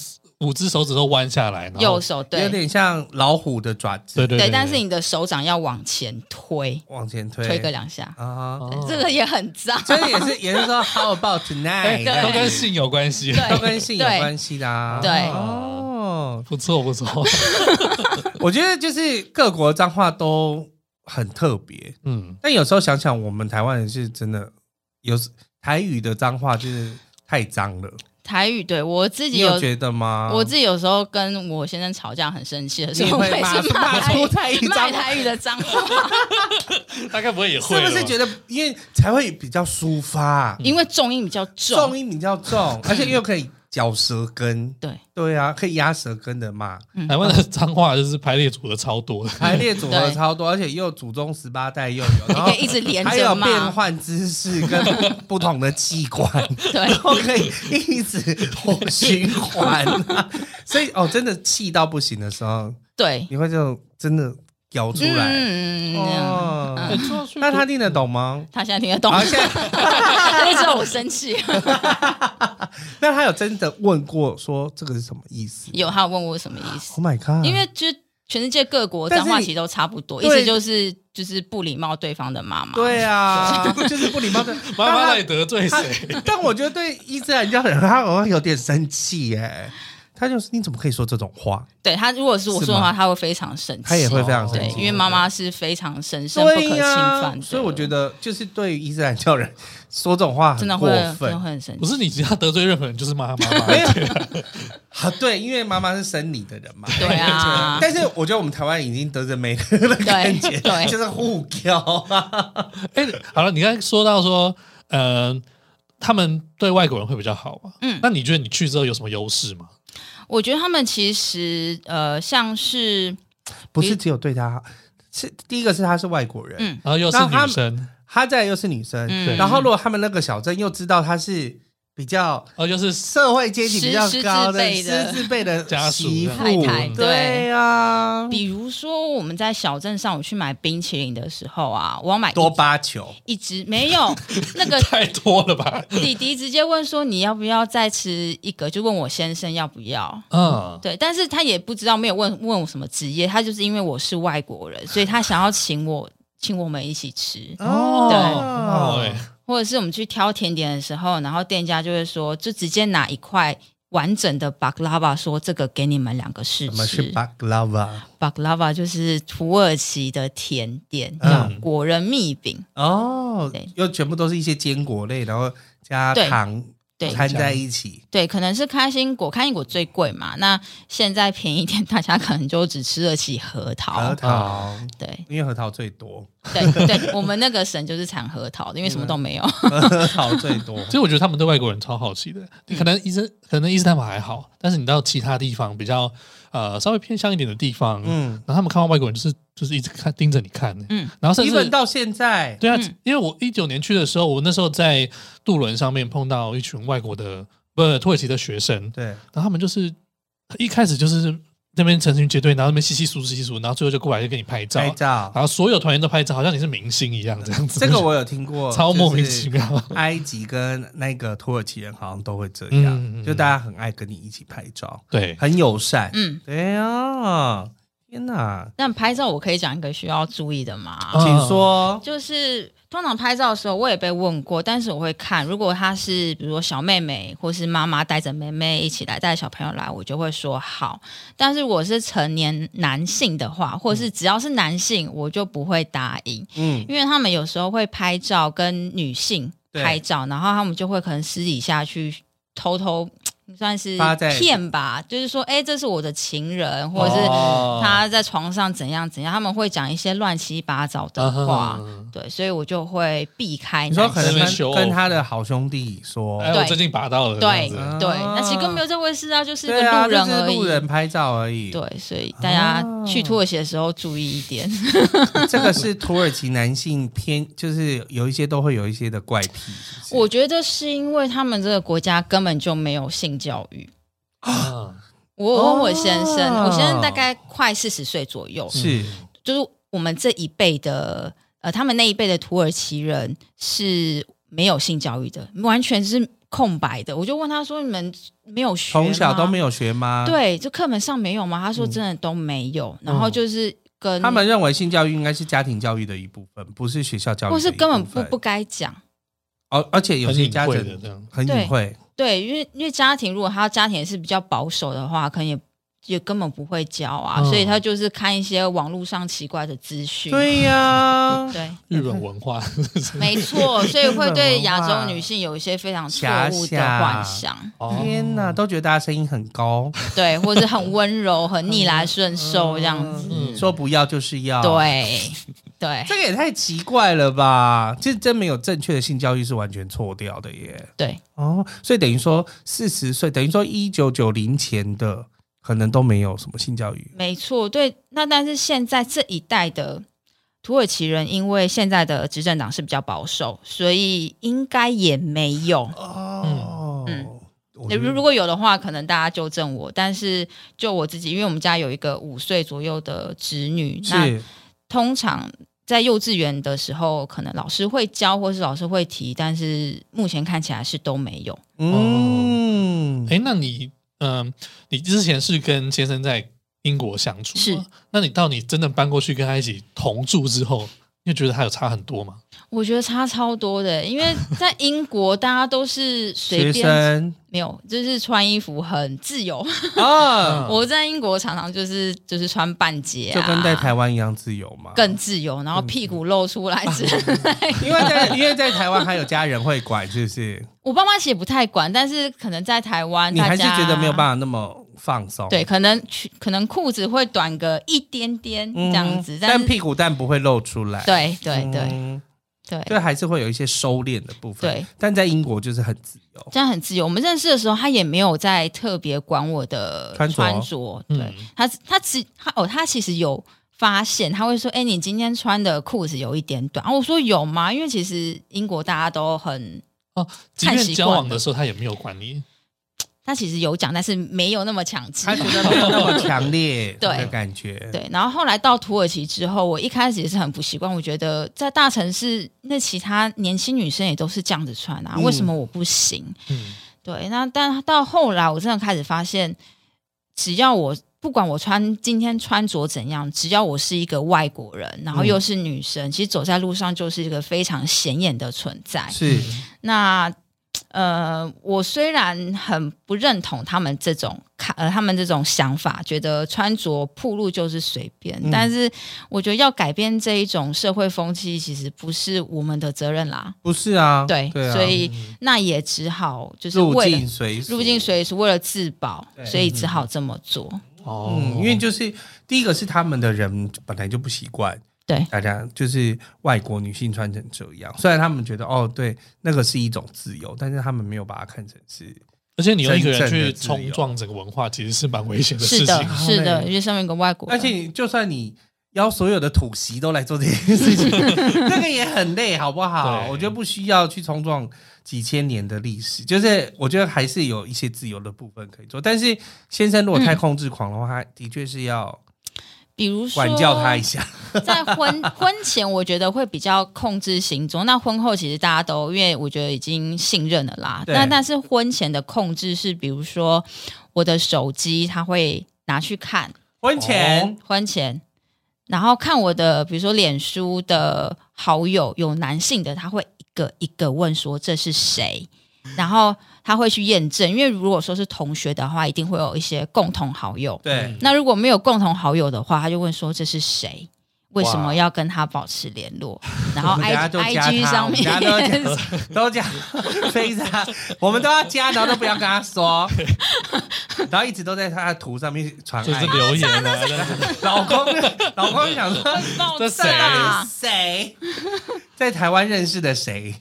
A: 五只手指头弯下来，然后
C: 右手
B: 这样子有
C: 对
B: 点像老虎的爪子，
A: 对对对，
C: 但是你的手掌要往前推，
B: 往前推，
C: 推个两下，
B: 啊哈。
A: 哦
C: 这个也很脏，
B: 所以也是也是说 ，How about
A: 哎
B: tonight？
A: 都
C: 对
A: 跟性有关系。
C: 对
B: 都跟性有关系的啊。
C: 对
B: 哦，哦，
A: 不错不错，
B: 我觉得就是各国脏话都很特别，
A: 嗯，
B: 但有时候想想，我们台湾人是真的有时台语的脏话就是太脏了，
C: 台语对我自
B: 你
C: 己有
B: 有觉得吗？
C: 我自己有时候跟我先生吵架很生气的时
B: 你
C: 候，我
B: 会
C: 也
B: 骂
C: 是骂
B: 骂
C: 台
B: 出
C: 语
B: 台语
C: 骂
B: 脏话
C: 台语的脏话，
A: 大概不会也会
B: 是不
A: 了吧
B: 是觉得因为才会比较抒发，
C: 因为重音比较
B: 重
C: 嗯重。
B: 音比较重，而且又可以嚼舌根，
C: 对
B: 对啊，可以压舌根的嘛。
C: 嗯
A: 台湾的脏话就是排列组合超多的，
B: 排列组合
C: 对
B: 超多，而且又祖宗十八代又有，然
C: 你
B: 后
C: 可以一直连
B: 还
C: 着
B: 有变
C: 骂，
B: 换姿势跟不同的器官，
C: 对
B: 然后可以一直循环、啊。 所以哦，真的气到不行的时候，
C: 对，
B: 你会就真的咬出来。
C: 嗯，
B: 哦
C: 嗯
A: 没错
B: 那他听得懂吗？
C: 他现在听得懂，
B: 而且，
C: 他就知道我生气。
B: 那他有真的问过说这个是什么意思
C: 有他有问我什么意思，
B: ？Oh my god！
C: 因为就是全世界各国
B: 但是
C: 脏
B: 你
C: 话其实都差不多，意
B: 对
C: 思就是就是不礼貌对方的妈妈。
B: 对 啊，就是不礼貌的
A: 妈妈
B: 那
A: 在得罪
B: 他
A: 谁？
B: 但我觉得对伊斯兰教的人，他好像有点生气耶、他就是你怎么可以说这种话？
C: 对他如果是我
B: 是
C: 说的
B: 吗
C: 话，他会非常生气，
B: 他也会非常生
C: 对，
B: 气，
C: 因为妈妈是非常神圣、不可
B: 对
C: 侵
B: 呀、
C: 犯的，
B: 所以我觉得就是对于伊斯兰教人说这种话很
C: 真的
B: 过
C: 会真
B: 分
C: 的会很生
A: 不
C: 气。
A: 是你只要得罪任何人，就是骂他妈妈。
B: 没有啊，对，因为妈妈是生你的人嘛。
C: 对 啊，
B: 但是我觉得我们台湾已经得着没的感觉，
C: 对对
B: 就是互挑啊。
A: 哎、好了，你刚才说到说，呃，他们对外国人会比较好嘛？
C: 嗯
A: 那你觉得你去之后有什么优势吗？
C: 我觉得他们其实呃，像是
B: 不是只有对他好，是第一个是他是外国人，
C: 嗯
A: 然后又是
B: 那他
A: 女生，
B: 他再来又是女生，
C: 嗯
B: 然后如果他们那个小镇又知道他是比较
A: 然后又是
B: 社会阶级比较高的
C: 师资辈的
B: 师字辈的
A: 家属
B: 媳妇，
C: 太太对
B: 对啊，
C: 比如说我们在小镇上我去买冰淇淋的时候啊，我要买一
B: 多巴球，
C: 一只没有那个
A: 太多了吧？
C: 弟弟直接问说你要不要再吃一个，就问我先生要不要。
A: 嗯，
C: 对，但是他也不知道，没有问问我什么职业，他就是因为我是外国人，所以他想要请我请我们一起吃，
A: 哦，
C: 对
A: 很好哎、
C: 或者是我们去挑甜点的时候，然后店家就会说，就直接拿一块完整的 baklava 说这个给你们两个试
B: 什么
C: 吃
B: 是。baklava？
C: baklava 就是土耳其的甜点，
B: 嗯
C: 叫果仁蜜饼。
B: 哦
C: 对，
B: 又全部都是一些坚果类，然后加
C: 对
B: 糖
C: 对
B: 掺在一起。
C: 对，可能是开心果，开心果最贵嘛。那现在便宜一点，大家可能就只吃得起核桃。
B: 核桃，
C: 对
B: 因为核桃最多，
C: 对对， 我们那个省就是产核桃的，因为什么都没有。
B: 核桃最多。
A: 其实我觉得他们对外国人超好奇的。你可能伊斯可能伊斯坦堡还好，但是你到其他地方比较呃稍微偏向一点的地方，
B: 嗯
A: 然后他们看到外国人就是就是一直看盯着你看、欸，
C: 嗯，
A: 然后甚
B: 基本
A: 至
B: 到现在，
A: 对啊，
C: 嗯
A: 因为我一九年去的时候，我那时候在渡轮上面碰到一群外国的不是土耳其的学生，
B: 对，
A: 然后他们就是一开始就是那边成群结队，然后那边稀稀疏稀稀疏，然后最后就过来就给你拍照，
B: 拍照
A: 然后所有团员都拍照，好像你是明星一样这样子。
B: 这个我有听过，
A: 超莫名
B: 哦就是
A: 其妙。
B: 埃及跟那个土耳其人好像都会这
A: 嗯嗯
B: 样，
A: 嗯
B: 就大家很爱跟你一起拍照，
A: 对，
B: 很友善。
C: 嗯，
B: 对啊，天哪，
C: 但拍照我可以讲一个需要注意的吗？
A: 嗯
B: 请说。
C: 就是通常拍照的时候，我也被问过，但是我会看。如果她是比如说小妹妹，或是妈妈带着妹妹一起来，带着小朋友来，我就会说好。但是我是成年男性的话，或是只要是男性，我就不会答应，
B: 嗯，
C: 因为他们有时候会拍照跟女性
B: 对
C: 拍照，然后他们就会可能私底下去偷偷。算是
B: 发在
C: 骗吧，就是说，哎、这是我的情人，或者是
B: 哦
C: 他在床上怎样怎样，他们会讲一些乱七八糟
B: 嗯
C: 的
A: 啊哈
C: 话，对，所以我就会避开
B: 你说
C: 男
B: 可
C: 生。
A: 在
B: 能
A: 那边
B: 跟
A: 秀
B: 跟他的好兄弟说，
A: 哎，
C: 对
A: 我最近拔到了，这样
C: 对
A: 子
B: 啊
C: 对，那其实根本没有这回事啊，就是个
B: 对啊，
C: 路
B: 就
C: 人
B: 是
C: 而
B: 路人
C: 已。
B: 拍照而已。，
C: 对，所以大家
B: 哦
C: 去土耳其的时候注意一点。
B: 这个是土耳其男性偏，就是有一些都会有一些的怪癖。是不是
C: 我觉得是因为他们这个国家根本就没有性教育。
A: 啊
C: 我我问我先生，
B: 哦
C: 我先生大概快四十岁左右，
B: 嗯是
C: 就是我们这一辈的，呃，他们那一辈的土耳其人是没有性教育的，完全是空白的。我就问他说：“你们没有学吗？
B: 从小都没有学吗？，
C: 对，就课本上没有吗？”他说：“真的都没有。然后就是跟
B: 嗯他们认为性教育应该是家庭教育的一部分，不是学校教育的一
C: 或
B: 部分，
C: 是根本不不该讲。
B: 而而且有
A: 很
B: 些
A: 隐
B: 家长
A: 晦的这样。
B: 很隐晦，
C: 对，因为因为家庭如果他家庭是比较保守的话，可能也也根本不会教啊，
A: 嗯
C: 所以他就是看一些网络上奇怪的资讯。
B: 对啊呀、
C: 对，
A: 日本文化
C: 没错，所以会对亚洲
B: 日本文化
C: 女性有一些非常错
B: 遐
C: 误的
B: 想
C: 幻
B: 啊
C: 想，
A: 哦
B: 天哪，都觉得大家声音很高，
C: 对，或者是很温柔、很逆来顺受这样子。
A: 嗯
B: 说不要就是要。，
C: 对，对，
B: 嗯这个也太奇怪了吧？这真没有正确的性教育是完全错掉的耶。
C: 对，
B: 哦，所以等于说四十岁，等于说一九九零前的可能都没有什么性教育。
C: 没错，对。那但是现在这一代的土耳其人，因为现在的执政党是比较保守，所以应该也没有。
B: 哦，
C: 嗯
B: 我觉
C: 如
B: 得
C: 如果有的话，可能大家纠正我。但是就我自己，因为我们家有一个五岁左右的侄女，那
B: 是
C: 通常在幼稚园的时候，可能老师会教或是老师会提，但是目前看起来是都没有。哦
B: 嗯，
A: 哎，那你嗯，你之前是跟先生在英国相处吗，
C: 是
A: 那你到你真的搬过去跟他一起同住之后，你就觉得他有差很多吗？
C: 我觉得差超多的，因为在英国大家都是随
B: 学
C: 便，
B: 生
C: 没有就是穿衣服很自由。
A: 嗯
B: 啊，
C: 我在英国常常就是就是穿半截、啊，
B: 就跟在台湾一样自由嘛。
C: 更自
B: 嗯
C: 由，然后屁股露出来之类的。
B: 因为在因为在台湾还有家人会管，是不是？
C: 我爸妈其实也不太管，但是可能在台湾，
B: 你还是
C: 大家
B: 觉得没有办法那么放松。
C: 对，可能去可能裤子会短个一点点这
B: 嗯，
C: 样子，但
B: 但
C: 是
B: 屁股蛋不会露出来。
C: 对对
B: 嗯啊
C: 对对，
B: 就还是会有一些收敛的部分。
C: 对，
B: 但在英国就是很自 由。
C: 这样很自由。我们认识的时候，他也没有在特别管我的
B: 穿着
C: 着
A: 嗯
C: 对他他只他哦，他其实有发现，他会说：“哎、你今天穿的裤子有一点短。”然啊后我说：“有吗？”因为其实英国大家都很。
A: 即便
C: 看习
A: 交
C: 惯
A: 往
C: 了
A: 的时候，他也没有管你。
C: 他其实有讲，但是没有那么强制
B: 他。觉得没有那么强烈
C: 对
B: 的感觉，
C: 对，然后后来到土耳其之后，我一开始也是很不习惯，我觉得在大城市，那其他年轻女生也都是这样子穿啊，
B: 嗯
C: 为什么我不行？
A: 嗯，
C: 对，那但到后来，我真的开始发现，只要我不管我穿今天穿着怎样，只要我是一个外国人，然后
B: 嗯
C: 又是女生，其实走在路上就是一个非常显眼的存在。
B: 是
C: 那呃，我虽然很不认同他们这种看呃他们这种想法，觉得穿着铺路就是随便，
B: 嗯
C: 但是我觉得要改变这一种社会风气，其实不是我们的责任啦。
B: 不是啊？
C: 对，
B: 对啊，
C: 所以那也只好就是
B: 入
C: 为了
B: 境随俗
C: 入境随俗，为了自保，
B: 对嗯
C: 所以只好这么做。
A: 哦
B: 嗯，因为就是第一个是他们的人本来就不习惯，
C: 对
B: 大家就是外国女性穿成这样，虽然他们觉得哦，对，那个是一种自由，但是他们没有把它看成是
A: 而且你用一个人
B: 真正
A: 去
B: 的自由
A: 冲撞整个文化，其实是蛮危险的
C: 是
A: 事
C: 的
A: 情。，
C: 是
B: 然后
C: 的，
B: 呢
C: 因为身为一个外国
B: 而
C: 人，
B: 且你就算你邀所有的土席都来做这件事情，那个也很累，好不好？
A: 对
B: 我觉得不需要去冲撞几千年的历史，就是我觉得还是有一些自由的部分可以做。但是先生如果太控制狂的话，他的确是要
C: 比如说
B: 管教他一下。
C: 在婚婚前，我觉得会比较控制行踪。那婚后其实大家都，因为我觉得已经信任了啦。
B: 对
C: 那但是婚前的控制是，比如说我的手机他会拿去看
B: 婚前
C: 婚前，然后看我的，比如说脸书的好友有男性的，他会一个一个问说这是谁，然后他会去验证，因为如果说是同学的话，一定会有一些共同好友。
B: 对，
C: 那如果没有共同好友的话，他就问说这是谁？为什么要跟他保持联络？然
B: 我
C: 后
B: 们
C: I
B: 等下
C: I
B: 就加
C: G
B: 他，
C: 上
B: 我们等下都要
C: 面
B: 加， 都加，非常，我们都要加，然后都不要跟他说，然后一直都在他的图上面传
A: 就是
B: 爱。
A: 留言啊，这样子
B: 老公，老公想说，
C: 爆
A: 这谁
C: 炸
B: 谁？在台湾认识的谁？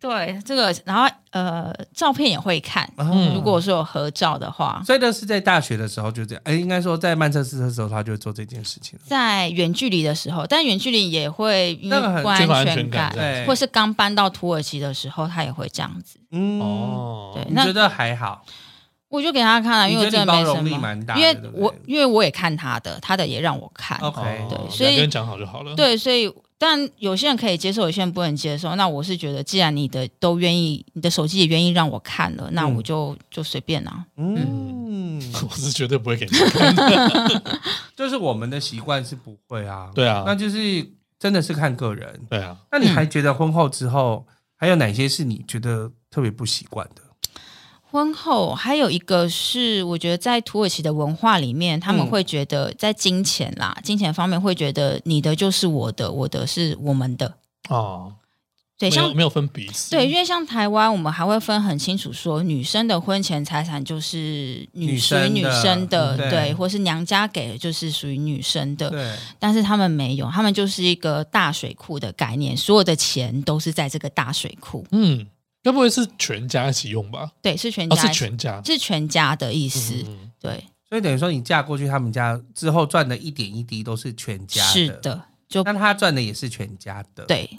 C: 对这个，然后呃，照片也会看。
A: 嗯
C: 如果说有合照的话，
B: 哦所以呢，是在大学的时候就这样。哎、应该说在曼彻斯特的时候，他就做这件事情了。
C: 在远距离的时候，但远距离也会因
B: 那个
C: 为
B: 很
C: 不
A: 缺乏安
C: 安
A: 全
C: 全
A: 感
C: 感，
B: 对，
C: 或是刚搬到土耳其的时候，他也会这样子。
B: 嗯，
A: 哦
C: 对，
B: 你
C: 那
B: 觉得还好？
C: 我就给他看了，啊因为我
B: 你觉
C: 真
B: 得你
C: 的没
B: 包
C: 什
B: 容力
C: 么
B: 蛮，大的
C: 因为
B: 对不对
C: 我因为我也看他的，他的也让我看。
B: OK
A: 哦
C: 对所以
A: 两个人讲好就好了。，
C: 对，所以但有些人可以接受，有些人不能接受。那我是觉得，既然你的都愿意，你的手机也愿意让我看了，那
B: 嗯
C: 我就、就随便啦、
B: 嗯，
A: 我是绝对不会给你看。
B: 就是我们的习惯是不会啊。，
A: 对啊
B: 那，就是真的是看个人。
A: 对啊，
B: 那你还觉得婚后之后还有哪些是你觉得特别不习惯的？
C: 婚后还有一个是，我觉得在土耳其的文化里面，他们会觉得在金钱啦，金钱方面会觉得你的就是我的，我的是我们的。
A: 哦，
C: 对，
A: 没
C: 像
A: 有没有分彼此，
C: 对，因为像台湾，我们还会分很清楚说，女生的婚前财产就是
B: 女
C: 女属于
B: 生
C: 女
B: 的
C: 生的，
B: 对
C: 对，或是娘家给的就是属于女生的。
B: 对，
C: 但是他们没有，他们就是一个大水库的概念，所有的钱都是在这个大水库。
A: 嗯，该不会是全家一起用吧？
C: 对，是全
A: 哦，
C: 家，
A: 是全家，
C: 是全家的意思。
A: 嗯嗯嗯
C: 对，
B: 所以等于说你嫁过去他们家之后赚的一点一滴都是全家
C: 是的，就
B: 那他赚的也是全家的，，
C: 对，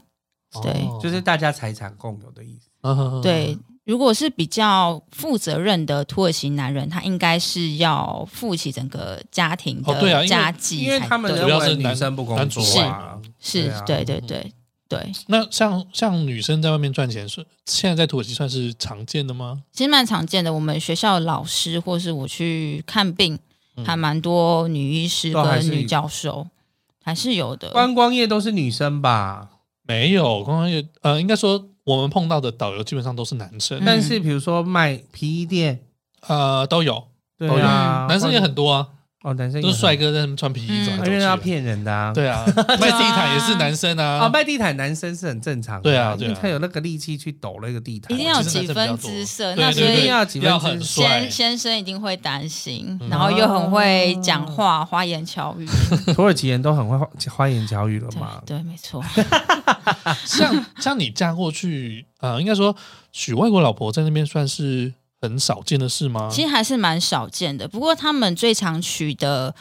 C: 对
A: 哦
B: 就是大家财产共有的意思。
A: 嗯嗯嗯
C: 对。如果是比较负责任的土耳其男人，他应该是要负起整个家庭
A: 哦对啊因
C: 的
A: 为
C: 家计才对、
B: 因为他们
A: 主
B: 认
A: 要是
B: 为女
A: 男
B: 生不工
A: 男主
B: 作啊，
C: 是
B: 对啊
C: 对对对对，
A: 那像像女生在外面赚钱，是现在在土耳其算是常见的吗？
C: 其实蛮常见的。我们学校的老师或是我去看病，还蛮多女医师
B: 都还是
C: 跟女教授，还是有的。
B: 观光业都是女生吧？
A: 没有，刚刚也呃，应该说我们碰到的导游基本上都是男生，
C: 嗯
B: 但是比如说卖皮衣店，
A: 呃，都有，
B: 对
A: 都有
B: 啊，
A: 男生也
B: 或者
A: 很多啊，
B: 哦，男生也
A: 都
B: 很
A: 是帅，哥在那边穿皮
C: 嗯
A: 衣走来走
B: 因为
A: 去
B: 他
A: 啊。
B: 骗人的啊。
A: 对啊，卖地毯也是男生
B: 啊，
A: 啊，
B: 卖地毯男生是很正常的，
A: 对啊
B: 因为
A: 对啊
B: 他有那个力气去抖那个地毯，
C: 一定要有
A: 其实男生比较多
C: 几分姿色，
A: 对
C: 那所
A: 对对，
C: 以
B: 要几分
A: 要
B: 之
A: 很帅
C: 先，先生一定会担心
A: 嗯，
C: 然后又很会
B: 哦
C: 讲话，花言巧语。
B: 土耳其人都很会花花言巧语了
C: 对
B: 嘛。
C: 对，没错。
A: 像像你嫁过去，呃，应该说娶外国老婆在那边算是很少见的事吗？
C: 其实还是蛮少见的。不过他们最常取的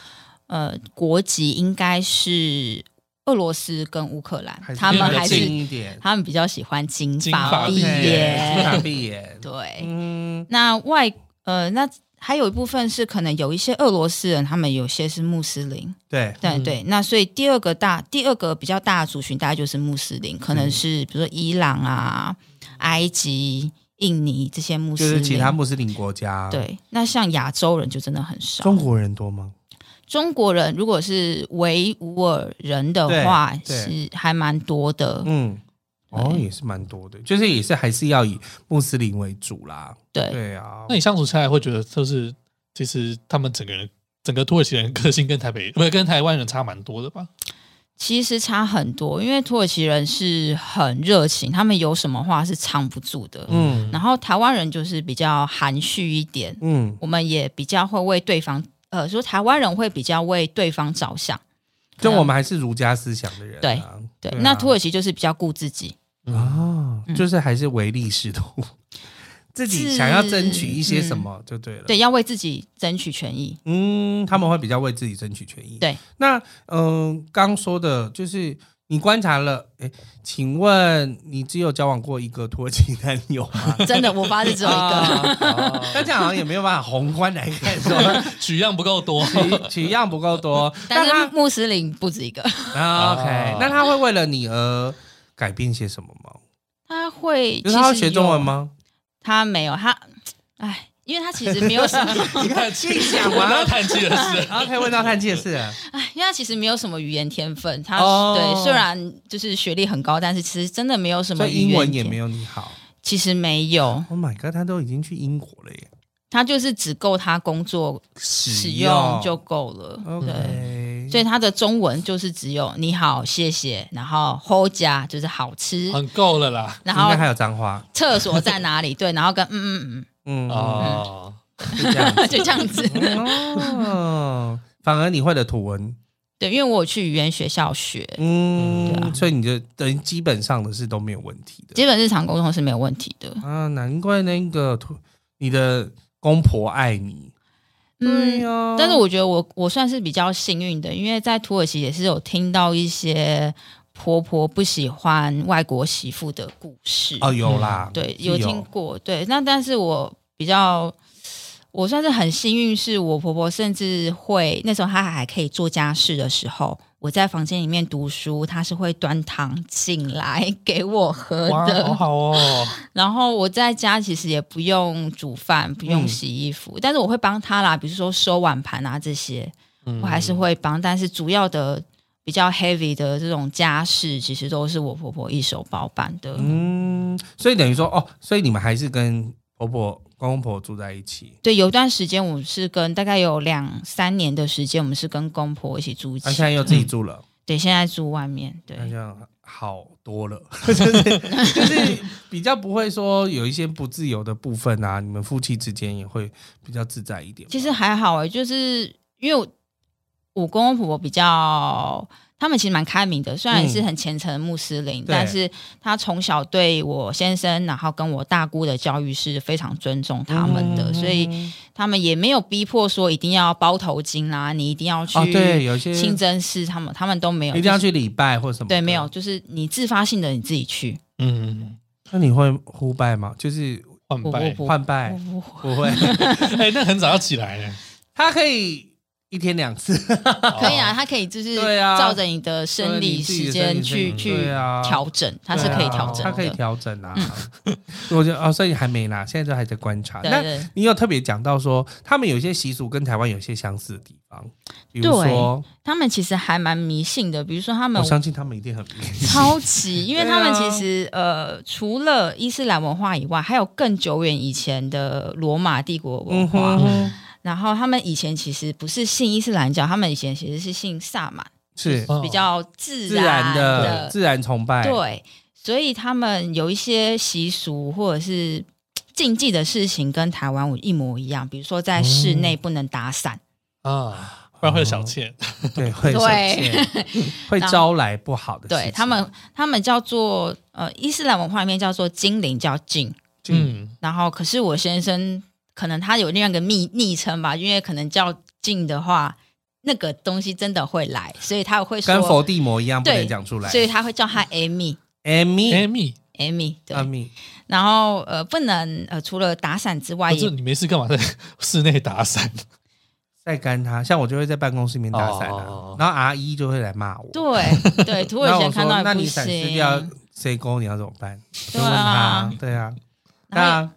C: 呃国籍应该是俄罗斯跟乌克兰
B: 还，是
C: 他们
A: 比较
C: 还
A: 近
C: 是
B: 一点，
C: 他们比较喜欢金
A: 金发
C: 发
A: 碧
C: 碧
A: 眼
B: 金
C: 眼。
B: 发碧眼，
C: 对，
B: 嗯，
C: 那外呃那。还有一部分是可能有一些俄罗斯人，他们有些是穆斯林，
B: 对，
C: 对
A: 嗯
C: 对。那所以第二个大第二个比较大的族群，大概就是穆斯林，可
B: 嗯
C: 能是比如说伊朗啊、埃及、印尼这些穆
B: 就
C: 斯
B: 是
C: 林。
B: 其他穆斯林国家，，
C: 对，那像亚洲人就真的很少。
B: 中国人多吗？
C: 中国人如果是维吾尔人的话，
B: 对对
C: 是还蛮多的。
B: 嗯，哦，
C: 对
B: 也是蛮多的，就是也是还是要以穆斯林为主啦。
C: 对，
B: 对啊
A: 那，你相处下来会觉得，就是其实他们整个人，整个土耳其人个性跟台北不是跟台湾人差蛮多的吧？
C: 其实差很多，因为土耳其人是很热情，他们有什么话是藏不住的。
B: 嗯
C: 然后台湾人就是比较含蓄一点，
B: 嗯，
C: 我们也比较会为对方，呃，说台湾人会比较为对方着想。
B: 就我们还是儒家思想的人啊，
C: 啊对，
B: 啊
C: 那土耳其就是比较顾自己。
B: 啊，
C: 嗯
B: 就是还是唯利是图，自己
C: 是嗯
B: 想要争取一些什么就对了。
C: 对，，要为自己争取权益。
B: 嗯，他们会比较为自己争取权益。
C: 对，
B: 那嗯，呃刚、说的就是你观察了，哎、请问你只有交往过一个土耳其男友吗？
C: 真的，我发 誓只有一个。
B: 啊，那这样好像也没有办法宏观来看说，
A: 取样不够多，
B: 取取样不够多。
C: 但
B: 那
C: 是哦穆斯林不止一个，
B: 他啊 OK，那他会为了你而改变些什么吗？
C: 他会
B: 就是他会
C: 哦其实
B: 学中文
C: 有
B: 吗？
C: 他没有，他，哎，因为他其实没 有什么，
A: 你看，
B: 自己讲
A: 我
B: 完
A: 要叹气的 是，
B: OK，问到叹气的是啊，
C: 哎，因为他其实没有什么语言天分。他、
B: 哦
C: 对，虽然就是学历很高，但是其实真的没有什
B: 所
C: 么
B: 以
C: 语言
B: 英文也
C: 天
B: 没，有你好。
C: 其实没有，
B: Oh my god，他都已经去英国了耶。
C: 他就是只够他工作
B: 使
C: 使用就嗯够了。对。
B: OK，
C: 所以他的中文就是只有你好、谢谢，然后 ho 家就是好吃，
A: 很够了啦。
C: 然
B: 哦应
C: 后
B: 该还有脏话，
C: 厕所在哪里？对，然后跟嗯嗯
B: 嗯哦，
A: 哦，
B: 就这样
C: 嗯，就这样 子。
B: 哦，反而你会的土文，
C: 对，因为我有去语言学校学，
B: 嗯，
A: 对啊
B: 所以你就等于基本上的是都没有问题的
C: 基本日常沟通是没有问题的。
B: 啊，难怪那个土你的公婆爱你，
C: 嗯
B: 对，呀，
C: 但是我觉得我我算是比较幸运的，因为在土耳其也是有听到一些婆婆不喜欢外国媳妇的故事。
B: 哦有
A: 啊
B: 啦，
C: 嗯对，
B: 是
C: 有听过。对，那但是我比较，我算是很幸运，是我婆婆甚至会那时候她还可以做家事的时候，我在房间里面读书，她是会端汤进来 给我喝
A: 哇，
C: 的。
A: 好好哦，
C: 然后我在家其实也不用煮饭，不
A: 嗯
C: 用洗衣服，但是我会帮他啦，比如说收碗盘啊这些，
A: 嗯
C: 我还是会帮。但是主要的比较 heavy 的这种家事，其
A: 嗯
C: 实都是我婆婆一手包办的。
B: 嗯，所以等于说哦，所以你们还是跟婆婆公公婆婆住在一起。
C: 对，有一段时间我是跟大概有两三年的时间，我们是跟公婆一起住一
B: 她、
C: 起。
B: 啊现在啊又自己住了，
C: 对，现在住外面。嗯对
B: 那、，这样好多了， 就是就是比较不会说有一些不自由的部分啊，你们夫妻之间也会比较自在一点吧。
C: 其实还好哎、就是因为我我公公婆婆比较，他们其实蛮开明的，虽然是很虔诚的穆斯林，
B: 嗯对
C: 但是他从小对我先生，然后跟我大姑的教育是非常尊重他们的，
B: 嗯
C: 所以他们也没有逼迫说一定要包头巾啦、你一定要去
B: 哦，对，有一些
C: 清真寺，他们他们都没有，
B: 一定要
C: 就是
B: 去礼拜或什么的。
C: 对，没有，就是你自发性的你自己去，
A: 嗯，
B: 那你会呼拜吗？就是
A: 换
C: 我
A: 拜
C: 我，不
B: 哎换拜
C: 我
B: 不会，
A: 哎，那很早要起来呢，
B: 他可以一天两次，
C: 可以啊，它可以就是
B: 哦对啊
C: 照着你的生
B: 对
C: 理
B: 你自己
C: 时
B: 的
C: 间
B: 生理
C: 去
B: 时间
C: 去
B: 对啊
C: 调整，它是可以调整
B: 他可以
C: 的。嗯
B: 调整啊。我就哦，所以还没啦，现在都还在观察。
C: 对
B: 那
C: 对
B: 你有特别讲到说，他们有一些习俗跟台湾有一些相似的地方，比如
C: 对
B: 说，
C: 他们其实还蛮迷信的，比如说他们
B: 我相信他们一定很迷信
C: 超级，因为
B: 对
C: 他们
B: 啊
C: 其实、呃，除了伊斯兰文化以外，还有更久远以前的罗马帝国文
B: 嗯
C: 化。
B: 哼，
C: 然后他们以前其实不是信伊斯兰教，他们以前其实是信萨满，
B: 是
A: 哦
C: 比较自
B: 自然的
C: 的
B: 自然崇拜，
C: 对，所以他们有一些习俗或者是禁忌的事情跟台湾我一模一样，比如说在室内不能打伞，
A: 啊，不然会有小妾。
B: 对，会生 气，会招来不好的事情。
C: 对他们他们叫做呃伊斯兰文化里面叫做精灵叫禁，
A: 嗯，
C: 然后可是我先生可能他有另外一个昵昵称吧，因为可能叫禁的话，那个东西真的会来，所以他会
B: 跟
C: 说，
B: 佛地魔一样，不
C: 对
B: 能讲出来。
C: 所以他会叫他 Amy
B: Amy
A: 嗯 Amy，
C: Amy 对，
B: Amy，
C: 然后呃不能呃除了打伞之外
A: 不
C: 也
A: 啊是你没事干嘛在 室内打伞？
B: 晒干他，像我就会在办公室里面打伞啊
A: 哦
B: 然后 R 一就会来骂我。
C: 对对，土耳
B: 那
C: 其
B: 我
C: 人看到
B: 说，那
C: 也
B: 你
C: 不
B: 伞是
C: 行。
B: 掉谁勾，你要怎么办？就
C: 对
B: 问
C: 啊
B: 他，，对啊，
C: 然后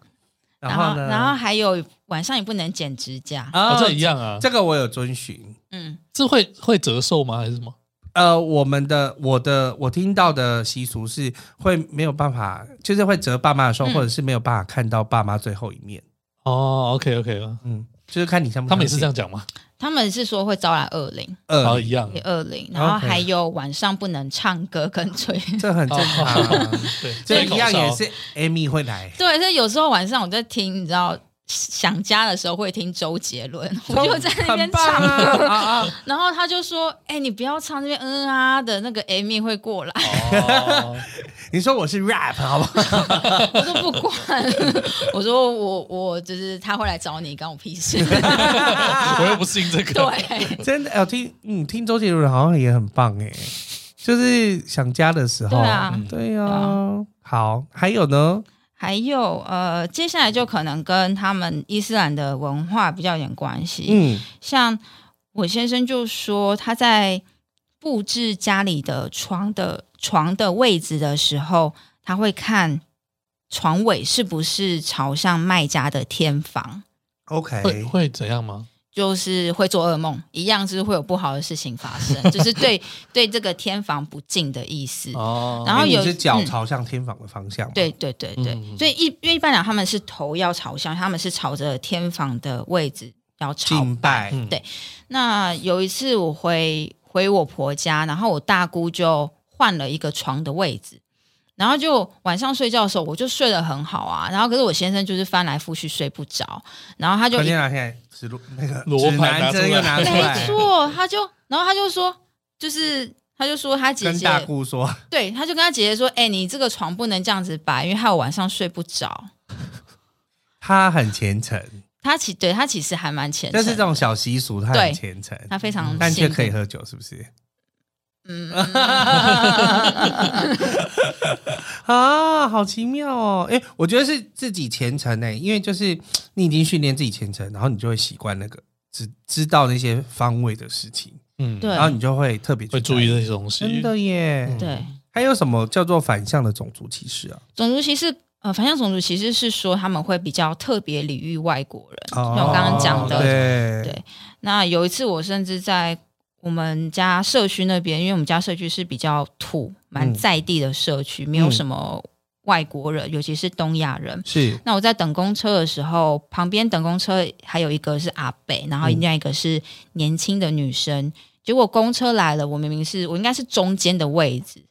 B: 那
C: 然
B: 后呢？
C: 然后还有晚上也不能剪指甲，
A: 哦，
B: 啊
A: 这一样啊，
B: 这个我有遵循。
C: 嗯，
A: 这会会折寿吗？还是什么？
B: 呃，我们的我的我听到的习俗是会没有办法，就是会折爸妈的时候，
C: 嗯
B: 或者是没有办法看到爸妈最后一面。
A: 哦，OK OK
B: 嗯，就是看你像不
A: 他
B: 像
A: 们也是这样讲吗？
C: 他们是说会招来恶灵，
A: 哦，
B: 呃，
A: 一样
C: 也，恶灵，然后还有晚上不能唱歌跟吹。
B: 这很正常啊。
A: 哦对，
B: 这
A: 吹
B: 一
A: 口
B: 样也
A: 哨
B: 是 Amy 会来。
C: 对，所以有时候晚上我在听，你知道。想家的时候会听周杰伦，我就 在那边
B: 很棒
C: 唱
B: 啊
C: 歌，
B: 啊啊！
C: 然后他就说：“哎、你不要唱那边嗯啊的那个 Amy 会过来。
A: 哦，
B: 你说我是 rap 好不好？”
C: 我说：“不管。” 我说我：“我就是他会来找你，关我屁事。
A: 我又不信这”个。
C: 对，
B: 真的，呃听嗯听周杰伦好像也很棒哎，就是想家的时候，
C: 对啊
B: 嗯对
C: 对
B: 啊。好，还有呢，
C: 还有呃，接下来就可能跟他们伊斯兰的文化比较有点关系。
B: 嗯，
C: 像我先生就说他在布置家里的床的床的位置的时候，他会看床尾是不是朝向卖家的天房，
A: 会
B: OK，
A: 会怎样吗？
C: 就是会做噩梦，一样就是会有不好的事情发生，就是对对这个天房不敬的意思。
A: 哦，
C: 然后
B: 因为
C: 有
B: 你是脚
C: 嗯
B: 朝向天房的方向嘛，
C: 对对对对，
A: 嗯
C: 所以一因为一般来讲他们是头要朝向，他们是朝着天房的位置要朝
B: 敬拜，
A: 嗯
C: 对那有一次我回回我婆家，然后我大姑就换了一个床的位置，然后就晚上睡觉的时候我就睡得很好啊，然后可是我先生就是翻来覆去睡不着，然后他就
B: 可
C: 一
B: 见他啊现在指路那个
A: 罗
B: 指
A: 盘拿
B: 南
A: 出
B: 针又
A: 来
B: 拿出
C: 没
B: 来，
C: 错，他就然后他就说就是。他就说他姐
B: 跟
C: 姐
B: 大姑说，
C: 对，他就跟他姐姐说：“哎、你这个床不能这样子摆，因为害我晚上睡不着。
B: 他很虔诚，”
C: 他其对他其实还蛮虔诚
B: 但
C: 的，
B: 是这种小习俗他
C: 对
B: 很虔诚，
C: 他非常
B: 但却
C: 信
B: 可以喝酒，是不是？
C: 嗯，
B: 啊，好奇妙哦！哎、我觉得是自己虔诚哎、因为就是你已经训练自己虔诚，然后你就会习惯那个，只知道那些方位的事情，
A: 嗯，
C: 对
B: 然后你就会特别去
A: 会注意
B: 在
A: 这
B: 意。
A: 些东西。
B: 真的耶！
C: 对。
B: 还有什么叫做反向的种族歧视啊？
C: 种族歧视，呃，反向种族歧视是说他们会比较特别礼遇外国人。像我刚刚讲的
B: 哦对
C: 对那有一次，我甚至在我们家
B: 嗯
C: 社区那边，因为我们家社区是比较土、蛮在地的社区，没有什么外国人，尤其是东亚人。
B: 是
C: 那我在等公车的时候，旁边等公车还有一个是阿北，然后另外一个是年轻的女生。结果公车来了，我明明是我应该是中间的位置，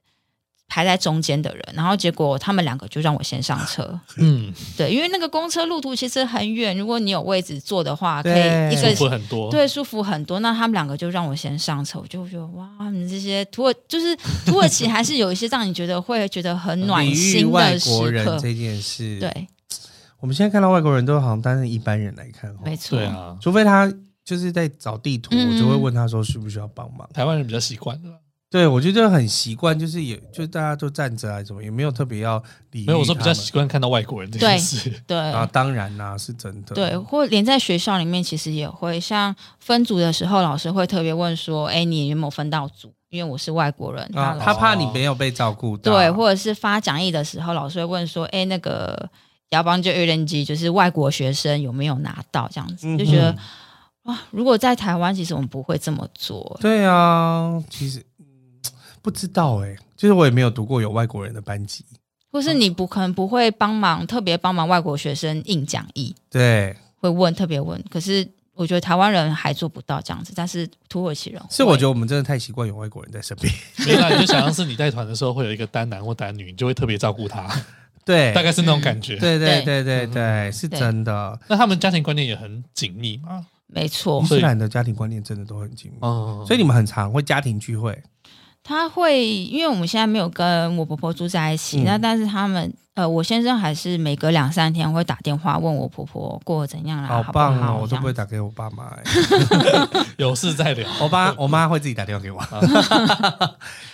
C: 排在中间的人，然后结果他们两个就让我先上 车。
A: 嗯，
C: 对，因为那个公车路途其实很远，如果你有位置坐的话，可
B: 对
C: 以一
A: 舒
C: 个
A: 服很多。
C: 对，舒服很多。那他们两个就让我先上车，我就觉得哇，你们这些土耳就是土耳其还是有一些让你觉得会觉得很 暖
B: 礼遇
C: 心
B: 外
C: 的
B: 国
C: 时
B: 人
C: 刻。
B: 这件事，，
C: 对，
B: 我们现在看到外国人都好像当成一般人来看哦，
C: 没错
A: 对，啊，
B: 除非他就是在找地图，
C: 嗯
B: 我就会问他说需不需要帮忙。
A: 台湾人比较习惯的啦，
B: 对我觉得很习惯，就是也就大家都站着啊，什么也没有特别要理。
A: 没有我说比较习惯看到外国人这件事。
C: 对
B: 啊，当然啦，是真的。啊
C: 对，或连在学校里面其实也会，像分组的时候，老师会特别问说：“哎，你有没有分到组？”因为我是外国人，
B: 啊，他
C: 那老师
A: 哦
B: 怕你没有被照顾到。
C: 对，或者是发讲义的时候，老师会问说：“哎，那个要帮就 U 人机，就是外国学生有没有拿到？”这样子就觉得
A: 嗯
C: 哇，如果在台湾，其实我们不会这么做。
B: 对啊，其实嗯不知道哎、就是我也没有读过有外国人的班级。
C: 或
B: 嗯
C: 是你不可能不会帮忙，特别帮忙外国学生印讲义，
B: 对，
C: 会问特别问。可是我觉得台湾人还做不到这样子，但是土耳其人会
B: 是我觉得我们真的太习惯有外国人在身边。
A: 没有啦，你就想象是你带团的时候会有一个单男或单女，你就会特别照顾他，
B: 对，
A: 大概是那种感觉。
B: 对对对
C: 对
B: 对对，是
C: 对
B: 真的。
A: 那他们家庭观念也很紧密嘛。
C: 没错
B: 伊，斯
A: 所以
B: 兰的家庭观念真的都很紧密，
A: 哦，
B: 所以你们很常会家庭聚会。
C: 他会因为我们现在没有跟我婆婆住在一起，
B: 嗯
C: 那但是他们呃，我先生还是每隔两三天会打电话问我婆婆过得怎样啦，啊好不
B: 棒哦！
C: 好
B: 我都不会
C: 这样
B: 打给我爸妈、欸，
A: 有事再聊。
B: 我爸我妈会自己打电话 给我。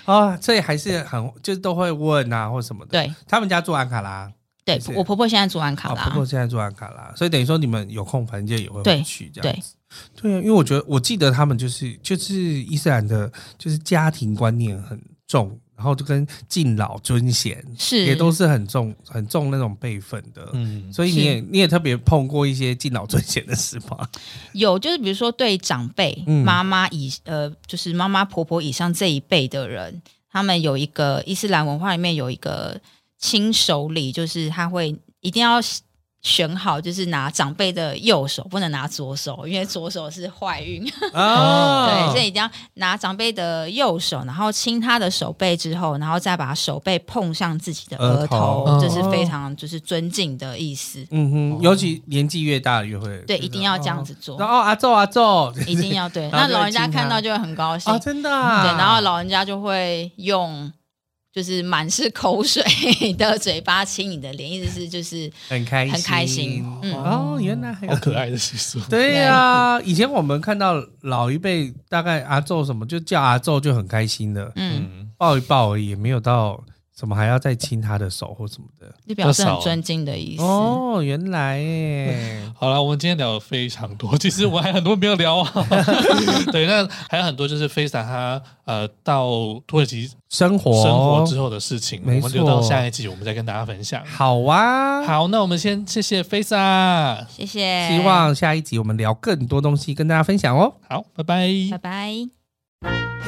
B: 啊，所以还是很就是都会问啊或什么的。，
C: 对
B: 他们家住安卡拉，
C: 对
B: 是，
C: 我婆婆现在住安卡
B: 啊，
C: 拉，
B: 婆婆现在住安卡拉，所以等于说你们有空反正就也会回
C: 对
B: 去这样子。对啊，因为我觉得我记得他们就是就是伊斯兰的，就是家庭观念很重，然后就跟敬老尊贤
C: 是
B: 也都是很重很重那种辈分的。
A: 嗯，
B: 所以你
C: 是
B: 也你也特别碰过一些敬老尊贤的事 吗？
C: 有，就是比如说对长辈、
B: 嗯
C: 妈妈以呃，就是妈妈婆婆以上这一辈的人，他们有一个伊斯兰文化里面有一个亲手礼，就是他会一定要选好，就是拿长辈的右手，不能拿左手，因为左手是坏运。
B: 嗯哦
C: 对，所以一定要拿长辈的右手，然后亲他的手背之后，然后再把手背碰上自己的
B: 额
C: 额
B: 头
C: 头，这是非
B: 哦
C: 常就是尊敬的意思。
B: 嗯
A: 哦
B: 哼，尤其年纪越大越会，
C: 对，
B: 就是
C: 一定要这样。子
B: 哦
C: 做。
B: 然后阿昼阿昼，
C: 一定要 对，
B: 然后
C: 那
B: 就会
C: 老人家
B: 亲他
C: 看到就会很高兴，
B: 啊，真的啊，
C: 对，然后老人家就会用就是满是口水的嘴巴亲你的脸，意思是就是
B: 很开心，
C: 很开心嗯
B: 哦，原来还有
A: 好可。爱的习俗。
B: 对呀、以前我们看到老一辈大概阿昼什么，就叫阿昼就很开心的，
C: 嗯，
A: 嗯，
B: 抱一抱而已，也没有到什么还要再亲他的手或什么的。
C: 就表示很尊敬的意思。
B: 哦，原 来耶，
A: 嗯好了，我们今天聊了非常多，其实我们还很多没有聊 啊。对，那还有很多就是菲萨他呃到土耳其
B: 生活
A: 生活之后的事情，我
B: 没
A: 们
B: 错
A: 留到下一集我们再跟大家分享。
B: 好啊，
A: 好，那我们先谢谢菲萨，
C: 谢谢，
B: 希望下一集我们聊更多东西跟大家分享哦。
A: 好，拜拜。
C: 拜拜。